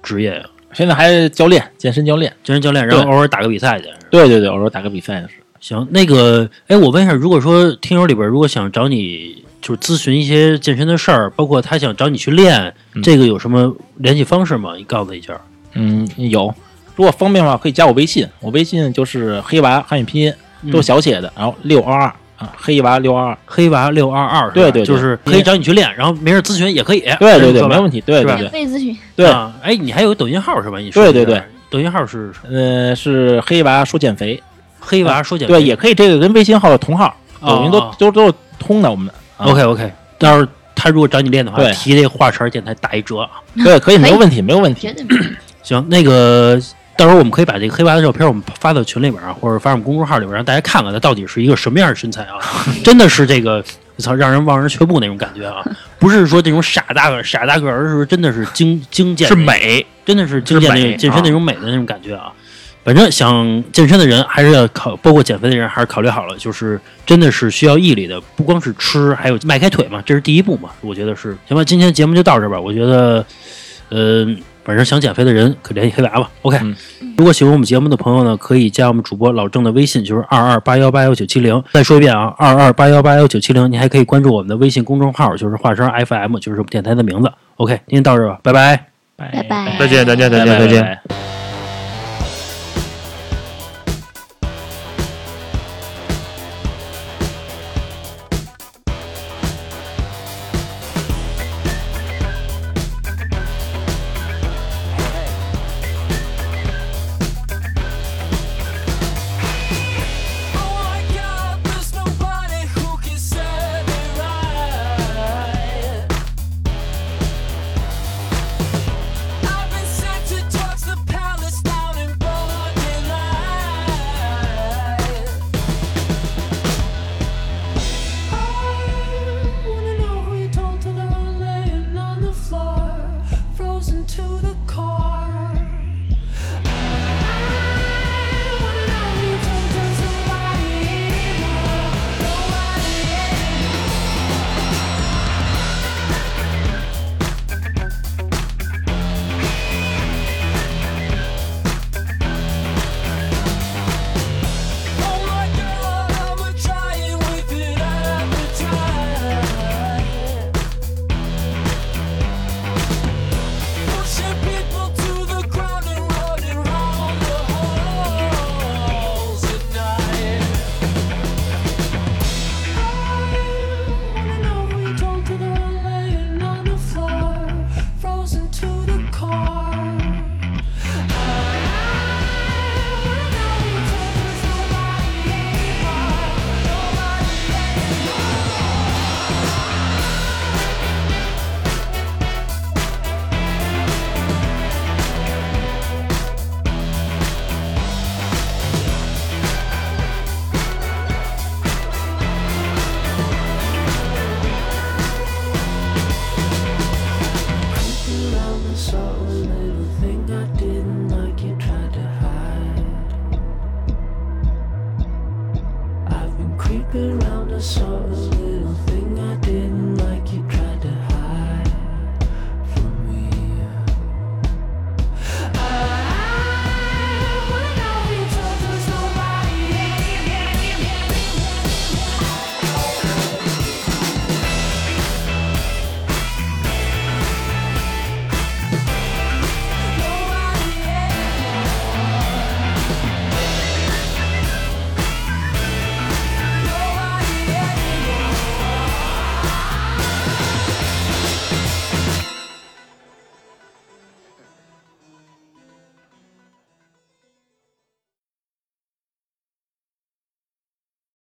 Speaker 2: 职业呀？
Speaker 5: 现在还是教练，健身教练。
Speaker 2: 健身教练，然后
Speaker 5: 对
Speaker 2: 偶尔打个比赛去。
Speaker 5: 对对对，我说打个比赛的是，
Speaker 2: 行，那个，哎，我问一下，如果说听友里边如果想找你，就是咨询一些健身的事儿，包括他想找你去练，
Speaker 7: 嗯
Speaker 2: 这个有什么联系方式吗？你告诉他一下。
Speaker 5: 嗯，有。如果方便的话，可以加我微信，我微信就是黑娃汉语拼音，都
Speaker 2: 嗯
Speaker 5: 小写的，然后六二二啊，黑娃六二二，
Speaker 2: 黑娃六二二，
Speaker 5: 对对对
Speaker 2: 就是可以找你去练，然后没事咨询也可以。
Speaker 5: 对对
Speaker 2: 是
Speaker 5: 对，
Speaker 2: 吧
Speaker 5: 没问题，对对
Speaker 2: 吧
Speaker 5: 对
Speaker 6: 免，费咨询，
Speaker 5: 对
Speaker 2: 啊，哎，你还有抖音号是吧？你说
Speaker 5: 对对
Speaker 2: 一下
Speaker 5: 对，
Speaker 2: 抖音号是
Speaker 5: 呃，是黑娃说减肥，
Speaker 2: 黑娃说减
Speaker 5: 啊对，也可以这个跟微信号同号，抖音都都都是通的，我 们啊
Speaker 2: OK OK。到时候他如果找你练的话，
Speaker 5: 对
Speaker 2: 提这话茬儿电台打一折啊。
Speaker 5: 对，可以，没有问题，没有问题，
Speaker 6: 绝对免费。
Speaker 2: 行，那个到时候我们可以把这个黑娃的照片我们发到群里边啊，或者发我们公众号里边，让大家看看他到底是一个什么样的身材啊！真的是这个，我操，让人望而却步那种感觉啊！不是说这种傻大个傻大个儿，而是真的是精精健
Speaker 7: 是
Speaker 2: 美。
Speaker 7: 美，
Speaker 2: 真的是精健那
Speaker 7: 是
Speaker 2: 种
Speaker 7: 美
Speaker 2: 健身那种美的那种感觉啊。反正想健身的人，还是要考，包括减肥的人，还是考虑好了，就是真的是需要毅力的，不光是吃，还有迈开腿嘛，这是第一步嘛，我觉得是。行吧，今天节目就到这儿吧，我觉得，呃，反正想减肥的人可联系黑娃吧，OK。
Speaker 5: 嗯
Speaker 2: 如果喜欢我们节目的朋友呢，可以加我们主播老郑的微信，就是二二八幺八幺九七零。再说一遍啊，二二八幺八幺九七零。您还可以关注我们的微信公众号，就是华声 FM，就是我们电台的名字。OK，今天到这儿吧，拜拜。
Speaker 6: 拜拜
Speaker 7: 再见再见再见再见。
Speaker 5: 拜拜
Speaker 1: Oh